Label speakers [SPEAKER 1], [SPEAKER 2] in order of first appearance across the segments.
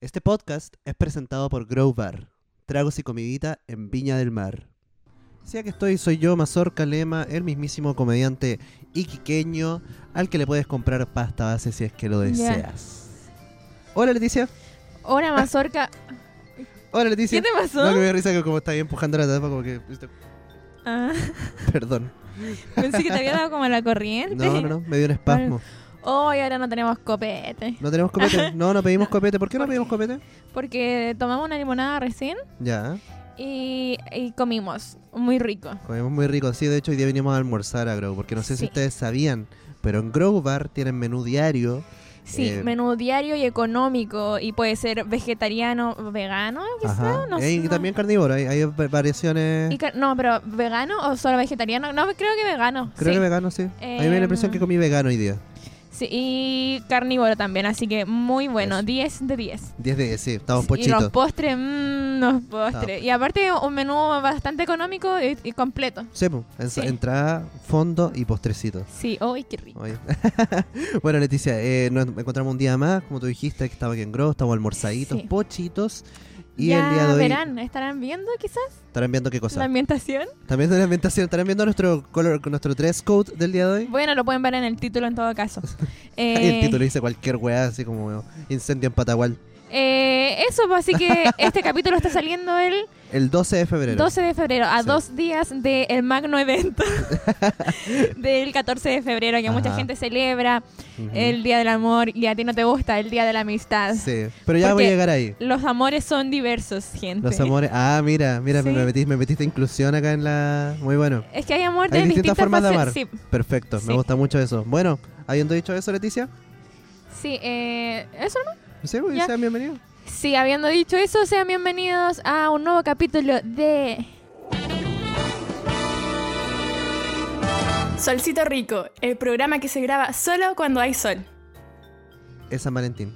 [SPEAKER 1] Este podcast es presentado por Grow Bar, tragos y comidita en Viña del Mar. Sea que estoy, soy yo, Mazorca Lema, el mismísimo comediante iquiqueño al que le puedes comprar pasta base si es que lo
[SPEAKER 2] Ya.
[SPEAKER 1] deseas. Hola Leticia.
[SPEAKER 2] Hola, Mazorca.
[SPEAKER 1] Hola Leticia.
[SPEAKER 2] ¿Qué te pasó?
[SPEAKER 1] No, que me dio risa que como está ahí empujando la tapa, como que. viste,
[SPEAKER 2] Ah,
[SPEAKER 1] Perdón.
[SPEAKER 2] pensé que te había dado como la corriente.
[SPEAKER 1] No, no, no, me dio un espasmo.
[SPEAKER 2] Hoy ahora no tenemos copete.
[SPEAKER 1] No tenemos copete. No, no pedimos copete. ¿Por qué no pedimos copete?
[SPEAKER 2] Porque tomamos una limonada recién
[SPEAKER 1] Ya,
[SPEAKER 2] y, y comimos. Muy rico.
[SPEAKER 1] comemos muy rico. Sí, de hecho, hoy día vinimos a almorzar a Grow, porque no sé si
[SPEAKER 2] Sí.
[SPEAKER 1] ustedes sabían, pero en Grow Bar tienen menú diario.
[SPEAKER 2] Sí,
[SPEAKER 1] Eh,
[SPEAKER 2] menú diario y económico. Y puede ser vegetariano, vegano, quizás.
[SPEAKER 1] Ajá.
[SPEAKER 2] No
[SPEAKER 1] Eh,
[SPEAKER 2] sé.
[SPEAKER 1] y
[SPEAKER 2] no.
[SPEAKER 1] también eh. carnívoro, hay, hay va- variaciones.
[SPEAKER 2] Y ca- no, pero vegano o solo vegetariano. No, creo que vegano.
[SPEAKER 1] Creo
[SPEAKER 2] sí.
[SPEAKER 1] que vegano, sí. a mí me da la impresión
[SPEAKER 2] Em,
[SPEAKER 1] que comí vegano hoy día.
[SPEAKER 2] Sí, y carnívoro también. Así que muy bueno.
[SPEAKER 1] Eso.
[SPEAKER 2] 10 de 10.
[SPEAKER 1] 10 de 10, sí, estamos
[SPEAKER 2] Y los
[SPEAKER 1] pochitos.
[SPEAKER 2] postres, mmm, los
[SPEAKER 1] Estaba
[SPEAKER 2] postres. Y aparte un menú bastante económico y, y completo.
[SPEAKER 1] Sí, po, en-
[SPEAKER 2] Sí.
[SPEAKER 1] entrada, fondo y postrecito.
[SPEAKER 2] Sí, uy, qué rico.
[SPEAKER 1] Oye. bueno, Leticia, eh, nos encontramos un día más, como tú dijiste, que estaba aquí en Grow, estamos almorzaditos,
[SPEAKER 2] Sí.
[SPEAKER 1] pochitos. Y
[SPEAKER 2] ya
[SPEAKER 1] el día de hoy
[SPEAKER 2] verán, estarán viendo quizás
[SPEAKER 1] estarán viendo qué cosa.
[SPEAKER 2] la ambientación.
[SPEAKER 1] También de la ambientación, estarán viendo nuestro color, nuestro dress code del día de hoy.
[SPEAKER 2] Bueno, lo pueden ver en el título en todo caso.
[SPEAKER 1] Ahí
[SPEAKER 2] Eh,
[SPEAKER 1] el título dice cualquier weá, así como incendio en Patagual.
[SPEAKER 2] eh, eso, pues, así que este capítulo está saliendo el
[SPEAKER 1] El 12 de febrero.
[SPEAKER 2] 12 de febrero, a
[SPEAKER 1] Sí.
[SPEAKER 2] dos días del magno evento del 14 de febrero, que mucha
[SPEAKER 1] Ajá.
[SPEAKER 2] gente celebra
[SPEAKER 1] Ujú.
[SPEAKER 2] el Día del Amor y a ti no te gusta el Día de la Amistad.
[SPEAKER 1] Sí, pero ya voy a
[SPEAKER 2] Porque
[SPEAKER 1] llegar ahí.
[SPEAKER 2] Los amores son diversos, gente.
[SPEAKER 1] Los amores. Ah, mira, mira,
[SPEAKER 2] Sí.
[SPEAKER 1] me, metiste, me metiste inclusión acá en la. Muy bueno.
[SPEAKER 2] Es que hay amor de
[SPEAKER 1] Hay distintas
[SPEAKER 2] distintas,
[SPEAKER 1] formas de amar.
[SPEAKER 2] facetas. Sí,
[SPEAKER 1] Perfecto, me
[SPEAKER 2] Sí.
[SPEAKER 1] gusta mucho eso. Bueno, habiendo dicho eso, Leticia,
[SPEAKER 2] sí, eh, eso no.
[SPEAKER 1] sí, pues,
[SPEAKER 2] Ya.
[SPEAKER 1] sean bienvenidos.
[SPEAKER 2] Sí, habiendo dicho eso, sean bienvenidos a un nuevo capítulo de
[SPEAKER 3] Solcito Rico, el programa que se graba solo cuando hay sol.
[SPEAKER 1] Es San Valentín.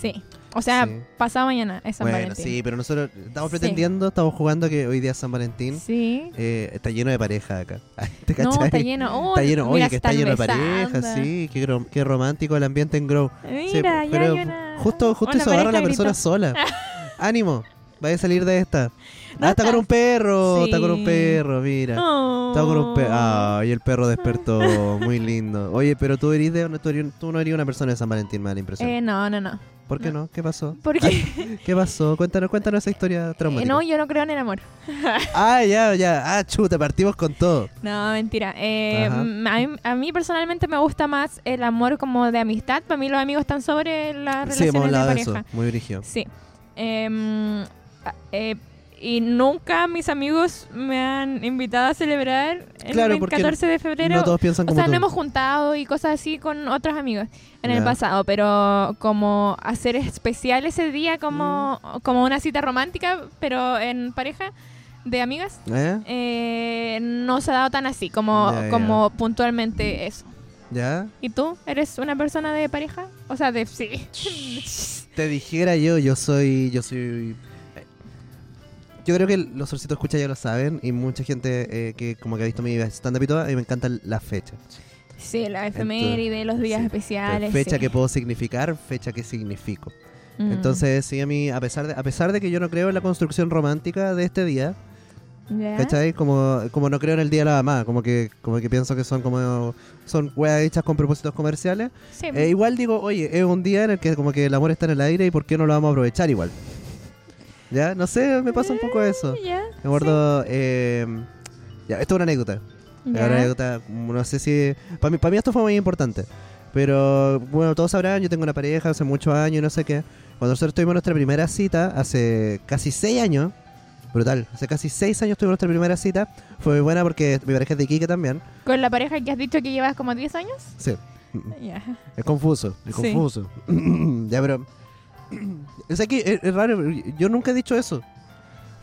[SPEAKER 2] sí. O sea,
[SPEAKER 1] Sí.
[SPEAKER 2] pasado mañana es San
[SPEAKER 1] bueno,
[SPEAKER 2] Valentín.
[SPEAKER 1] sí, pero nosotros estamos
[SPEAKER 2] Sí.
[SPEAKER 1] pretendiendo, estamos jugando que hoy día es San Valentín.
[SPEAKER 2] Sí.
[SPEAKER 1] Eh, está lleno de pareja acá. ¿Te
[SPEAKER 2] No,
[SPEAKER 1] cachai?
[SPEAKER 2] está lleno. Oh,
[SPEAKER 1] Está lleno, oye,
[SPEAKER 2] mira,
[SPEAKER 1] que está
[SPEAKER 2] están
[SPEAKER 1] lleno de
[SPEAKER 2] besando.
[SPEAKER 1] pareja, sí, qué, gro- qué romántico el ambiente en Grow. Sí, pues,
[SPEAKER 2] Mira, ya
[SPEAKER 1] pero
[SPEAKER 2] hay una-
[SPEAKER 1] justo, justo
[SPEAKER 2] una
[SPEAKER 1] eso agarra a la
[SPEAKER 2] pareja
[SPEAKER 1] persona
[SPEAKER 2] gritó.
[SPEAKER 1] sola. Ánimo, vaya a salir de esta.
[SPEAKER 2] No
[SPEAKER 1] ah, está con
[SPEAKER 2] está.
[SPEAKER 1] un perro, está con un
[SPEAKER 2] Sí.
[SPEAKER 1] perro, mira.
[SPEAKER 2] Oh.
[SPEAKER 1] Está eh. con un ah, perro. Ay, el perro despertó, muy lindo. Oye, pero tú, eres de, tú, eres- tú no eres una persona de San Valentín, me da la impresión.
[SPEAKER 2] Eh, no, no, no.
[SPEAKER 1] ¿Por qué no? ¿Qué pasó?
[SPEAKER 2] Porque
[SPEAKER 1] ¿Qué pasó? Cuéntanos, cuéntanos esa historia
[SPEAKER 2] eh,
[SPEAKER 1] traumática.
[SPEAKER 2] no, yo no creo en el amor.
[SPEAKER 1] Ah, ya, ya. Ah, chuta, partimos con todo.
[SPEAKER 2] No, mentira. Eh,
[SPEAKER 1] Ajá.
[SPEAKER 2] m- a, mí, a mí personalmente me gusta más el amor como de amistad. Para mí los amigos están sobre las
[SPEAKER 1] sí, hemos
[SPEAKER 2] relaciones de
[SPEAKER 1] hablado de,
[SPEAKER 2] pareja.
[SPEAKER 1] eso. Muy brígido.
[SPEAKER 2] Sí. Em, a- eh, y nunca mis amigos me han invitado a celebrar el
[SPEAKER 1] Claro, porque
[SPEAKER 2] 14 de febrero.
[SPEAKER 1] No todos piensan
[SPEAKER 2] o
[SPEAKER 1] como
[SPEAKER 2] sea,
[SPEAKER 1] tú.
[SPEAKER 2] no hemos juntado y cosas así con otros amigos en el
[SPEAKER 1] Ya.
[SPEAKER 2] pasado, pero como hacer especial ese día como,
[SPEAKER 1] Mm.
[SPEAKER 2] como una cita romántica, pero en pareja de amigas,
[SPEAKER 1] ¿Eh?
[SPEAKER 2] eh, no se ha dado tan así como,
[SPEAKER 1] Ya, ya.
[SPEAKER 2] como puntualmente eso.
[SPEAKER 1] ¿Ya?
[SPEAKER 2] ¿Y tú? ¿Eres una persona de pareja? O sea, de sí.
[SPEAKER 1] Te dijera yo, yo soy. Yo soy. Yo creo que los solcitos escucha ya lo saben y mucha gente eh, que como que ha visto mi stand-up y todo, a mí me encantan las fechas.
[SPEAKER 2] Sí, la efeméride, los días
[SPEAKER 1] sí,
[SPEAKER 2] especiales.
[SPEAKER 1] fecha
[SPEAKER 2] sí.
[SPEAKER 1] que puedo significar, fecha que significo.
[SPEAKER 2] Mm.
[SPEAKER 1] Entonces, sí, a mí, a pesar, de, a pesar de que yo no creo en la construcción romántica de este día,
[SPEAKER 2] Ya.
[SPEAKER 1] ¿Cachai? Como, como no creo en el Día de la Mamá, como que, como que pienso que son como son weas hechas con propósitos comerciales.
[SPEAKER 2] Sí,
[SPEAKER 1] E igual digo, oye, es un día en el que como que el amor está en el aire y por qué no lo vamos a aprovechar igual. ¿Ya? No sé, me pasa un poco eso.
[SPEAKER 2] ya,
[SPEAKER 1] Me acuerdo, eh, ya, esto es una anécdota. Es
[SPEAKER 2] ya.
[SPEAKER 1] una anécdota, no sé si... Para mí, para mí esto fue muy importante. Pero bueno, todos sabrán, yo tengo una pareja hace muchos años, no sé qué. Cuando nosotros tuvimos nuestra primera cita, hace casi seis años, brutal, hace casi seis años tuvimos nuestra primera cita, fue muy buena porque mi pareja es de Iquique también.
[SPEAKER 2] ¿Con la pareja que has dicho que llevas como 10 años?
[SPEAKER 1] Sí.
[SPEAKER 2] Ya.
[SPEAKER 1] Es confuso, es
[SPEAKER 2] Sí.
[SPEAKER 1] confuso. ya, pero... O sea que es, es raro, yo nunca he dicho eso.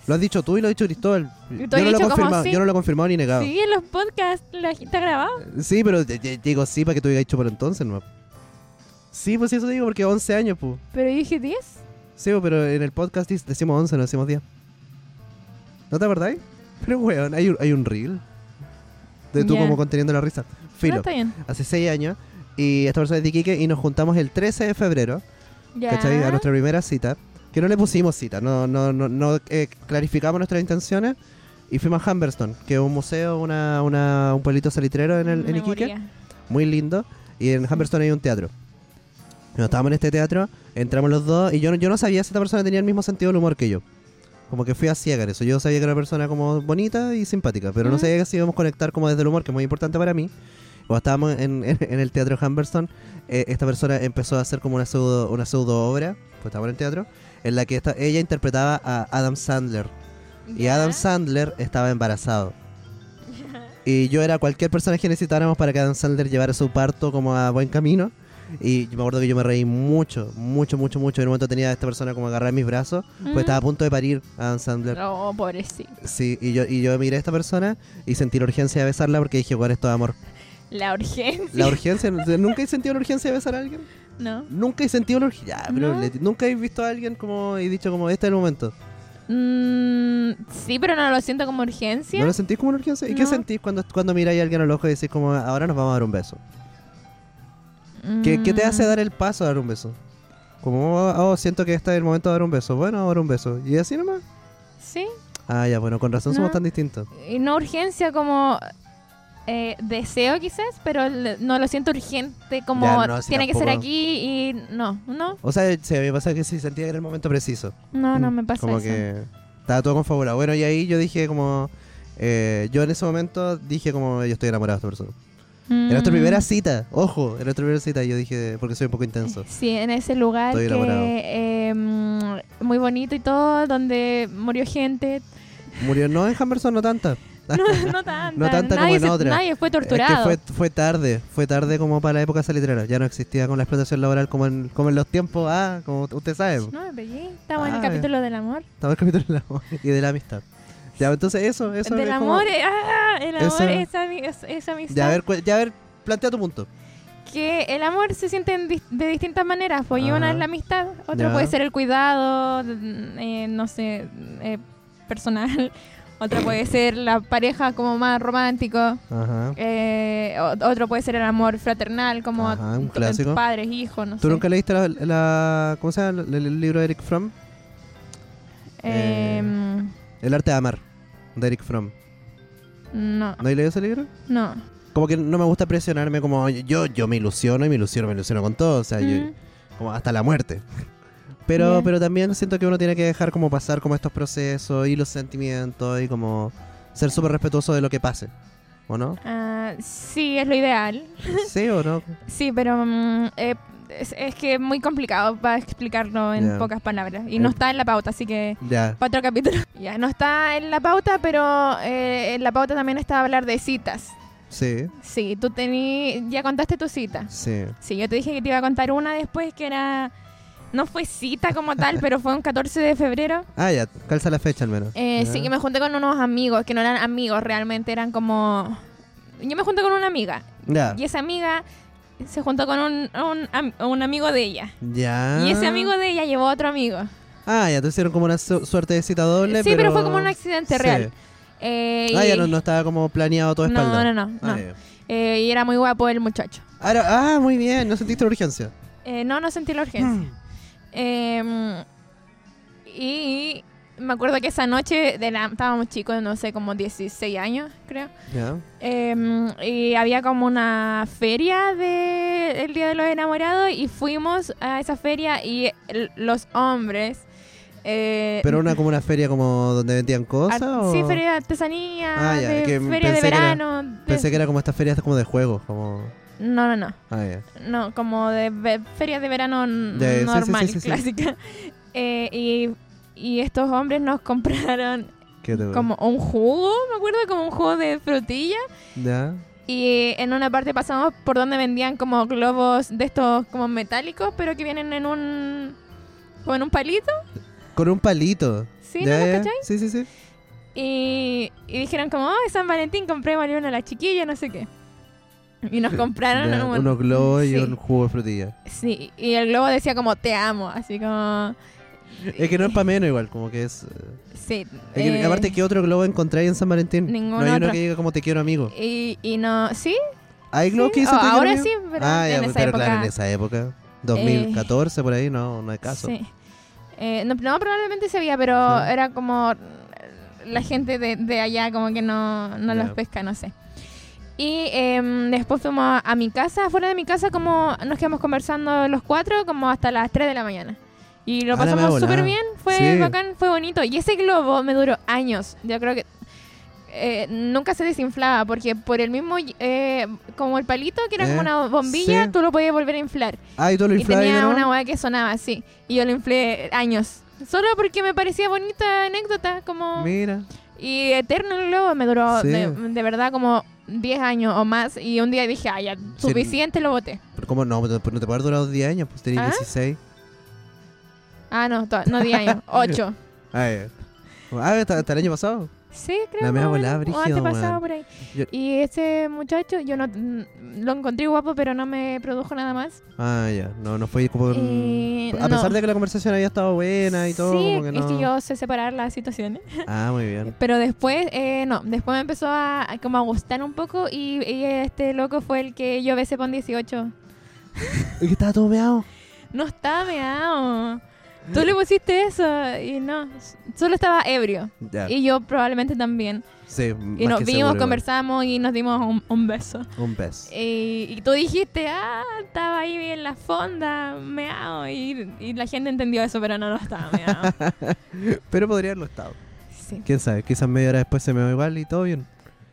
[SPEAKER 1] Lo has dicho tú y lo ha dicho Cristóbal.
[SPEAKER 2] Y
[SPEAKER 1] Yo
[SPEAKER 2] tú
[SPEAKER 1] no, lo
[SPEAKER 2] has
[SPEAKER 1] he
[SPEAKER 2] dicho como
[SPEAKER 1] confirmado,
[SPEAKER 2] sí.
[SPEAKER 1] yo no lo he confirmado ni negado. Sí,
[SPEAKER 2] Sí, en los podcasts la gente ha grabado.
[SPEAKER 1] pero te- te- digo sí para que tú hubieras dicho por entonces, ¿no? Sí, pues eso digo, porque 11 años, pues.
[SPEAKER 2] Pero yo dije 10.
[SPEAKER 1] Sí, pues, pero en el podcast dic- decimos 11, no decimos 10. ¿No te acordáis? Pero, weón, hay un, hay un reel de tú
[SPEAKER 2] Ya.
[SPEAKER 1] como conteniendo la risa.
[SPEAKER 2] No,
[SPEAKER 1] Filo,
[SPEAKER 2] está bien.
[SPEAKER 1] hace 6 años. Y esta persona es de Iquique y nos juntamos el 13 de febrero,
[SPEAKER 2] Ya.
[SPEAKER 1] ¿cachai? A nuestra primera cita. que no le pusimos cita, no, no, no, no eh, clarificamos nuestras intenciones y fuimos a Humberston, que es un museo, una, una- un pueblito salitrero en, el, en
[SPEAKER 2] Me
[SPEAKER 1] Iquique,
[SPEAKER 2] moría.
[SPEAKER 1] muy lindo, y en Humberston hay un teatro. Cuando estábamos en este teatro, entramos los dos y yo, no- yo no sabía si esta persona tenía el mismo sentido del humor que yo. Como que fui a ciegas en eso. Yo sabía que era una persona como bonita y simpática, pero no
[SPEAKER 2] Ujú.
[SPEAKER 1] sabía si íbamos a conectar como desde el humor, que es muy importante para mí. Cuando estábamos en, en- en el teatro Humberston, eh, esta persona empezó a hacer como una pseudo, una pseudo obra, pues estábamos en el teatro, en la que esta- ella interpretaba a Adam Sandler. Y
[SPEAKER 2] Ya.
[SPEAKER 1] Adam Sandler estaba embarazado. Y yo era cualquier personaje que necesitáramos para que Adam Sandler llevara su parto como a buen camino. Y yo me acuerdo que yo me reí mucho, mucho, mucho, mucho. En un momento tenía a esta persona como agarrar mis brazos, pues
[SPEAKER 2] Ujú.
[SPEAKER 1] estaba a punto de parir a Adam Sandler.
[SPEAKER 2] Mm. Oh, pobrecito.
[SPEAKER 1] Sí, y yo, y yo miré a esta persona y sentí la urgencia de besarla porque dije, bueno, esto es amor.
[SPEAKER 2] La urgencia.
[SPEAKER 1] La urgencia, ¿nunca he sentido la urgencia de besar a alguien?
[SPEAKER 2] No.
[SPEAKER 1] Nunca he sentido la urgencia. Ya, pero
[SPEAKER 2] No.
[SPEAKER 1] le- nunca he visto a alguien como, he dicho como, este es el momento.
[SPEAKER 2] Mm, sí, pero no lo siento como urgencia.
[SPEAKER 1] ¿No lo sentís como una urgencia? ¿Y qué
[SPEAKER 2] No.
[SPEAKER 1] sentís cuando, cuando miráis a alguien al ojo y decís como, ahora nos vamos a dar un beso? ¿Qué, qué te hace
[SPEAKER 2] Mm,
[SPEAKER 1] dar el paso a dar un beso? Como, oh, oh, siento que este es el momento de dar un beso. Bueno, ahora un beso. ¿Y así nomás?
[SPEAKER 2] Sí,
[SPEAKER 1] Ah, ya, bueno, con razón somos
[SPEAKER 2] No.
[SPEAKER 1] tan distintos.
[SPEAKER 2] y no urgencia como eh, deseo quizás, pero l- no lo siento urgente como
[SPEAKER 1] Ya, no, sí,
[SPEAKER 2] tiene que ser
[SPEAKER 1] tampoco.
[SPEAKER 2] aquí y no, no,
[SPEAKER 1] O sea, se me pasa que sí sentía que era el momento preciso.
[SPEAKER 2] no, no
[SPEAKER 1] Mm,
[SPEAKER 2] me pasa
[SPEAKER 1] Como
[SPEAKER 2] eso.
[SPEAKER 1] que estaba todo confabulado. Bueno, y ahí yo dije como... eh, yo en ese momento dije como, yo estoy enamorado de esta persona.
[SPEAKER 2] Mm.
[SPEAKER 1] Era nuestra primera cita. Ojo, era nuestra primera cita. Yo dije, porque soy un poco intenso.
[SPEAKER 2] Sí, en ese lugar
[SPEAKER 1] Estoy
[SPEAKER 2] que
[SPEAKER 1] enamorado.
[SPEAKER 2] eh, mm, muy bonito y todo, donde murió gente.
[SPEAKER 1] Murió, no en Hammerson, no tanta.
[SPEAKER 2] No, no tanta.
[SPEAKER 1] No tanta como
[SPEAKER 2] nadie
[SPEAKER 1] en otra.
[SPEAKER 2] Nadie fue torturado.
[SPEAKER 1] Es que fue, fue tarde, fue tarde como para la época salitrera. Ya no existía con la explotación laboral como en, como en los tiempos, ah, como usted sabe.
[SPEAKER 2] No me pegué. Estamos en el
[SPEAKER 1] Ah,
[SPEAKER 2] capítulo del amor.
[SPEAKER 1] Estaba el capítulo del amor y de la amistad. Ya, entonces eso, eso.
[SPEAKER 2] del
[SPEAKER 1] es como-
[SPEAKER 2] amor, eh, ah, el amor
[SPEAKER 1] Eso-
[SPEAKER 2] es, ami- es- es amistad.
[SPEAKER 1] Ya, a ver, cu- ya, a ver, plantea tu punto.
[SPEAKER 2] Que el amor se siente en dis- de distintas maneras. Pues y
[SPEAKER 1] Ajá.
[SPEAKER 2] una es la amistad, otra
[SPEAKER 1] Ya.
[SPEAKER 2] puede ser el cuidado, mm, eh, no sé, eh, personal. Otra puede ser la pareja como más romántico.
[SPEAKER 1] Ajá.
[SPEAKER 2] Eh, o- otro puede ser el amor fraternal, como
[SPEAKER 1] Ajá, un
[SPEAKER 2] tu-
[SPEAKER 1] clásico.
[SPEAKER 2] padres, hijos, no
[SPEAKER 1] ¿Tú
[SPEAKER 2] sé.
[SPEAKER 1] nunca leíste la, la- ¿cómo se llama? El, el libro de Eric Fromm?
[SPEAKER 2] Eh,
[SPEAKER 1] eh,
[SPEAKER 2] mm,
[SPEAKER 1] El arte de amar, de Eric Fromm. ¿No
[SPEAKER 2] no,
[SPEAKER 1] has leído ese libro?
[SPEAKER 2] no.
[SPEAKER 1] Como que no me gusta presionarme como yo, yo me ilusiono y me ilusiono, me ilusiono con todo. O sea, yo,
[SPEAKER 2] Mm.
[SPEAKER 1] como hasta la muerte. Pero,
[SPEAKER 2] Ya.
[SPEAKER 1] pero también siento que uno tiene que dejar como pasar como estos procesos y los sentimientos y como ser súper respetuoso de lo que pase. ¿O no?
[SPEAKER 2] Ah, sí, es lo ideal.
[SPEAKER 1] Sí o no.
[SPEAKER 2] Sí, pero mm, eh, es, es que es muy complicado para explicarlo en
[SPEAKER 1] Ya.
[SPEAKER 2] pocas palabras. Y
[SPEAKER 1] Eh.
[SPEAKER 2] no está en la pauta, así que...
[SPEAKER 1] Ya.
[SPEAKER 2] Para otro capítulo. Ya, no está en la pauta, pero eh, en la pauta también está hablar de citas.
[SPEAKER 1] Sí.
[SPEAKER 2] Sí, tú tení, ya contaste tu cita.
[SPEAKER 1] Sí.
[SPEAKER 2] Sí, yo te dije que te iba a contar una después que era... No fue cita como tal, pero fue un 14 de febrero.
[SPEAKER 1] Ah, ya. Calza la fecha al menos.
[SPEAKER 2] Eh,
[SPEAKER 1] Ya.
[SPEAKER 2] Sí, que me junté con unos amigos, que no eran amigos realmente, eran como... Yo me junté con una amiga.
[SPEAKER 1] Ya.
[SPEAKER 2] Y esa amiga se juntó con un, un am- un amigo de ella.
[SPEAKER 1] Ya.
[SPEAKER 2] Y ese amigo de ella llevó a otro amigo.
[SPEAKER 1] Ah, ya. Te hicieron como una su- suerte de cita doble.
[SPEAKER 2] sí, pero... fue como un accidente
[SPEAKER 1] Sí.
[SPEAKER 2] real. Eh,
[SPEAKER 1] Ah,
[SPEAKER 2] y-
[SPEAKER 1] ya no, no estaba como planeado todo
[SPEAKER 2] no,
[SPEAKER 1] espalda.
[SPEAKER 2] no, no, no.
[SPEAKER 1] Ah, ya.
[SPEAKER 2] Eh, y era muy guapo el muchacho.
[SPEAKER 1] Ahora- ah, muy bien. No sentiste la urgencia.
[SPEAKER 2] Eh, no, no sentí la urgencia.
[SPEAKER 1] Hmm.
[SPEAKER 2] Eh, y me acuerdo que esa noche de la- estábamos chicos, no sé, como 16 años, creo.
[SPEAKER 1] Ya.
[SPEAKER 2] Eh, y había como una feria de el Día de los Enamorados y fuimos a esa feria y el- los hombres... eh,
[SPEAKER 1] Pero una como una feria como donde vendían cosas.
[SPEAKER 2] ar-
[SPEAKER 1] o...
[SPEAKER 2] Sí, feria de artesanía,
[SPEAKER 1] Ah, ya,
[SPEAKER 2] de
[SPEAKER 1] que
[SPEAKER 2] feria de
[SPEAKER 1] pensé que era-
[SPEAKER 2] verano. de-
[SPEAKER 1] Pensé que era como estas ferias como de juegos, como...
[SPEAKER 2] No, no, no.
[SPEAKER 1] Ah, ya.
[SPEAKER 2] No, como de ve- ferias de verano n-
[SPEAKER 1] Ya, sí, sí,
[SPEAKER 2] normal,
[SPEAKER 1] sí, sí, sí.
[SPEAKER 2] clásica. Eh, y, y estos hombres nos compraron
[SPEAKER 1] ¿Qué te-
[SPEAKER 2] como un jugo, me acuerdo, como un jugo de frutilla.
[SPEAKER 1] Ya.
[SPEAKER 2] Y en una parte pasamos por donde vendían como globos de estos como metálicos, pero que vienen en un... como en un palito,
[SPEAKER 1] Con un palito.
[SPEAKER 2] ¿sí?
[SPEAKER 1] Ya,
[SPEAKER 2] ¿No los
[SPEAKER 1] ya.
[SPEAKER 2] cachai?
[SPEAKER 1] Sí, sí, sí.
[SPEAKER 2] Y, y dijeron como, oh, es San Valentín, compré uno a la chiquilla, no sé qué. Y nos compraron
[SPEAKER 1] Ya,
[SPEAKER 2] un-
[SPEAKER 1] Unos globos y
[SPEAKER 2] sí.
[SPEAKER 1] un jugo de frutilla.
[SPEAKER 2] Sí, y el globo decía como te amo, así como...
[SPEAKER 1] Es que no es pa' menos igual, como que es... eh,
[SPEAKER 2] Sí.
[SPEAKER 1] es que
[SPEAKER 2] eh,
[SPEAKER 1] aparte, ¿qué otro globo encontráis en San Valentín?
[SPEAKER 2] ningún
[SPEAKER 1] no hay uno
[SPEAKER 2] otro.
[SPEAKER 1] que diga como te quiero amigo.
[SPEAKER 2] Y, y no, sí,
[SPEAKER 1] ¿Hay globos que
[SPEAKER 2] sí,
[SPEAKER 1] dicen
[SPEAKER 2] o
[SPEAKER 1] te quiero
[SPEAKER 2] ahora
[SPEAKER 1] amigo?
[SPEAKER 2] sí, pero
[SPEAKER 1] ah,
[SPEAKER 2] en
[SPEAKER 1] ya,
[SPEAKER 2] esa
[SPEAKER 1] pero
[SPEAKER 2] época... Eh.
[SPEAKER 1] claro, en esa época. 2014 por ahí, no, no hay caso.
[SPEAKER 2] sí. Eh, no, no, probablemente se veía, pero
[SPEAKER 1] Ah.
[SPEAKER 2] era como eh, la gente de, de allá como que no, no
[SPEAKER 1] Ya.
[SPEAKER 2] los pesca, no sé. Y em, después fuimos a, a mi casa, fuera de mi casa como nos quedamos conversando los cuatro como hasta las 3 de la mañana. Y
[SPEAKER 1] Ah,
[SPEAKER 2] lo
[SPEAKER 1] la más
[SPEAKER 2] pasamos
[SPEAKER 1] volada.
[SPEAKER 2] súper bien, fue
[SPEAKER 1] Sí.
[SPEAKER 2] bacán, fue bonito. Y ese globo me duró años, yo creo que eh, nunca se desinflaba porque por el mismo, eh, como el palito que era
[SPEAKER 1] Eh,
[SPEAKER 2] como una bombilla,
[SPEAKER 1] sí.
[SPEAKER 2] tú lo podías volver a inflar.
[SPEAKER 1] Ah, y tú lo
[SPEAKER 2] Y
[SPEAKER 1] inflabas.
[SPEAKER 2] tenía
[SPEAKER 1] ¿no?
[SPEAKER 2] una weá que sonaba así. Y yo lo inflé años. Solo porque me parecía bonita anécdota, como...
[SPEAKER 1] Mira.
[SPEAKER 2] Y Eterno el globo me duró
[SPEAKER 1] Sí.
[SPEAKER 2] de, de verdad como 10 años o más. Y un día dije, ah, ya, suficiente, lo boté.
[SPEAKER 1] Pero ¿Cómo no? Pues No te puede haber durado 10 años, pues tenías
[SPEAKER 2] ¿Ah?
[SPEAKER 1] 16.
[SPEAKER 2] Ah, no, to- no 10 años, 8.
[SPEAKER 1] Ah, ya. Ah, hasta, hasta el año pasado.
[SPEAKER 2] Sí, creo.
[SPEAKER 1] La mea
[SPEAKER 2] más o
[SPEAKER 1] volada,
[SPEAKER 2] menos, o
[SPEAKER 1] brígido,
[SPEAKER 2] antepasado,
[SPEAKER 1] weón.
[SPEAKER 2] por ahí.
[SPEAKER 1] Yo-
[SPEAKER 2] Y ese muchacho, yo no mm, lo encontré guapo, pero no me produjo nada más.
[SPEAKER 1] Ah, ya. No, no fue como.
[SPEAKER 2] Eh,
[SPEAKER 1] a pesar
[SPEAKER 2] no.
[SPEAKER 1] de que la conversación había estado buena y todo,
[SPEAKER 2] sí,
[SPEAKER 1] como que no.
[SPEAKER 2] es que yo sé separar las situaciones.
[SPEAKER 1] Ah, muy bien.
[SPEAKER 2] Pero después, eh, no, después me empezó a, a como a gustar un poco y, y este loco fue el que yo besé con 18.
[SPEAKER 1] Es que estaba todo meado.
[SPEAKER 2] No estaba meado. Tú le pusiste eso y no, s- solo estaba ebrio.
[SPEAKER 1] Ya.
[SPEAKER 2] Y yo probablemente también.
[SPEAKER 1] sí,
[SPEAKER 2] Y nos vimos, conversamos y nos dimos un, un beso.
[SPEAKER 1] Un pez.
[SPEAKER 2] Eh. Y, y tú dijiste, ah, estaba ahí en la fonda, meado. Y, y la gente entendió eso, pero no, no estaba meado.
[SPEAKER 1] Pero podría haberlo estado.
[SPEAKER 2] Sí,
[SPEAKER 1] Quién sabe, quizás media hora después se me va igual y todo bien.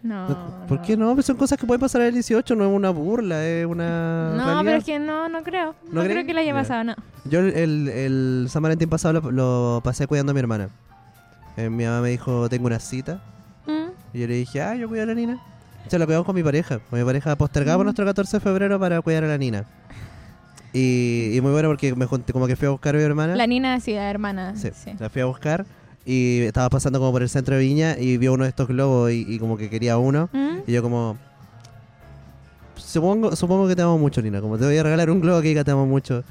[SPEAKER 2] no.
[SPEAKER 1] ¿Por qué no? Pues son cosas que pueden pasar el 18, no es una burla, es una.
[SPEAKER 2] No,
[SPEAKER 1] realidad.
[SPEAKER 2] pero es que no, no creo. No,
[SPEAKER 1] creí?
[SPEAKER 2] creo que la haya
[SPEAKER 1] Ya.
[SPEAKER 2] pasado, no.
[SPEAKER 1] Yo el, el, el San Valentín pasado lo, lo pasé cuidando a mi hermana. Eh, mi mamá me dijo, tengo una cita.
[SPEAKER 2] Mm.
[SPEAKER 1] Y yo le dije, ah, yo cuido a la nina. O sea, la cuidamos con mi pareja. Con mi pareja
[SPEAKER 2] Mm.
[SPEAKER 1] postergamos nuestro 14 de febrero para cuidar a la nina. Y, y muy bueno porque me junté, como que fui a buscar a mi hermana.
[SPEAKER 2] La Nina, sí, la hermana.
[SPEAKER 1] Sí,
[SPEAKER 2] sí.
[SPEAKER 1] la fui a buscar. Y estaba pasando como por el centro de Viña y vio uno de estos globos y, y como que quería uno.
[SPEAKER 2] ¿Mm?
[SPEAKER 1] Y yo como... Supongo, supongo que te amo mucho, Nina. Como te voy a regalar un globo que diga te amo mucho.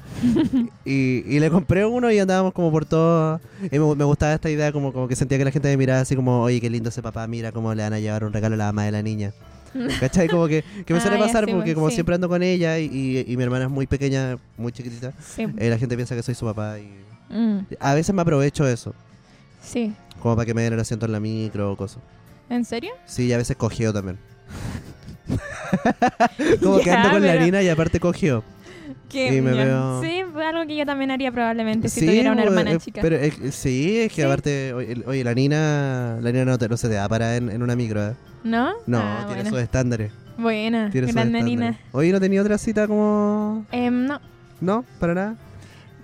[SPEAKER 1] y, y le compré uno y andábamos como por todo. Y me, me gustaba esta idea, como, como que sentía que la gente me miraba así como, oye, qué lindo ese papá, mira cómo le van a llevar un regalo a la mamá de la niña. ¿Cachai? Como que, que me suele
[SPEAKER 2] Ah, ya
[SPEAKER 1] pasar
[SPEAKER 2] sé,
[SPEAKER 1] porque
[SPEAKER 2] bueno,
[SPEAKER 1] como
[SPEAKER 2] sí.
[SPEAKER 1] siempre ando con ella y, y- y mi hermana es muy pequeña, muy chiquitita.
[SPEAKER 2] Sí.
[SPEAKER 1] eh, la gente piensa que soy su papá y...
[SPEAKER 2] Mm,
[SPEAKER 1] A veces me aprovecho de eso,
[SPEAKER 2] sí.
[SPEAKER 1] como para que me den el asiento en la micro o cosas.
[SPEAKER 2] ¿En serio?
[SPEAKER 1] Sí, y a veces cogió también. como que
[SPEAKER 2] Ya,
[SPEAKER 1] ando con la
[SPEAKER 2] pero-
[SPEAKER 1] harina y aparte cogió.
[SPEAKER 2] Que,
[SPEAKER 1] Sí, me
[SPEAKER 2] ya.
[SPEAKER 1] veo-
[SPEAKER 2] Sí, fue algo que yo también haría probablemente si tuviera una hermana
[SPEAKER 1] eh,
[SPEAKER 2] chica.
[SPEAKER 1] Pero, eh, sí, es que
[SPEAKER 2] Sí.
[SPEAKER 1] aparte, oye, oye, la nina, la nina no, te, no se te da para en, en una micro. ¿eh?
[SPEAKER 2] ¿No?
[SPEAKER 1] No,
[SPEAKER 2] Ah,
[SPEAKER 1] tiene
[SPEAKER 2] bueno.
[SPEAKER 1] sus estándares.
[SPEAKER 2] Buena,
[SPEAKER 1] Tiene sus
[SPEAKER 2] grande
[SPEAKER 1] estándares.
[SPEAKER 2] Nina.
[SPEAKER 1] Oye, ¿no tenía otra cita como...?
[SPEAKER 2] Em, no,
[SPEAKER 1] No, para nada.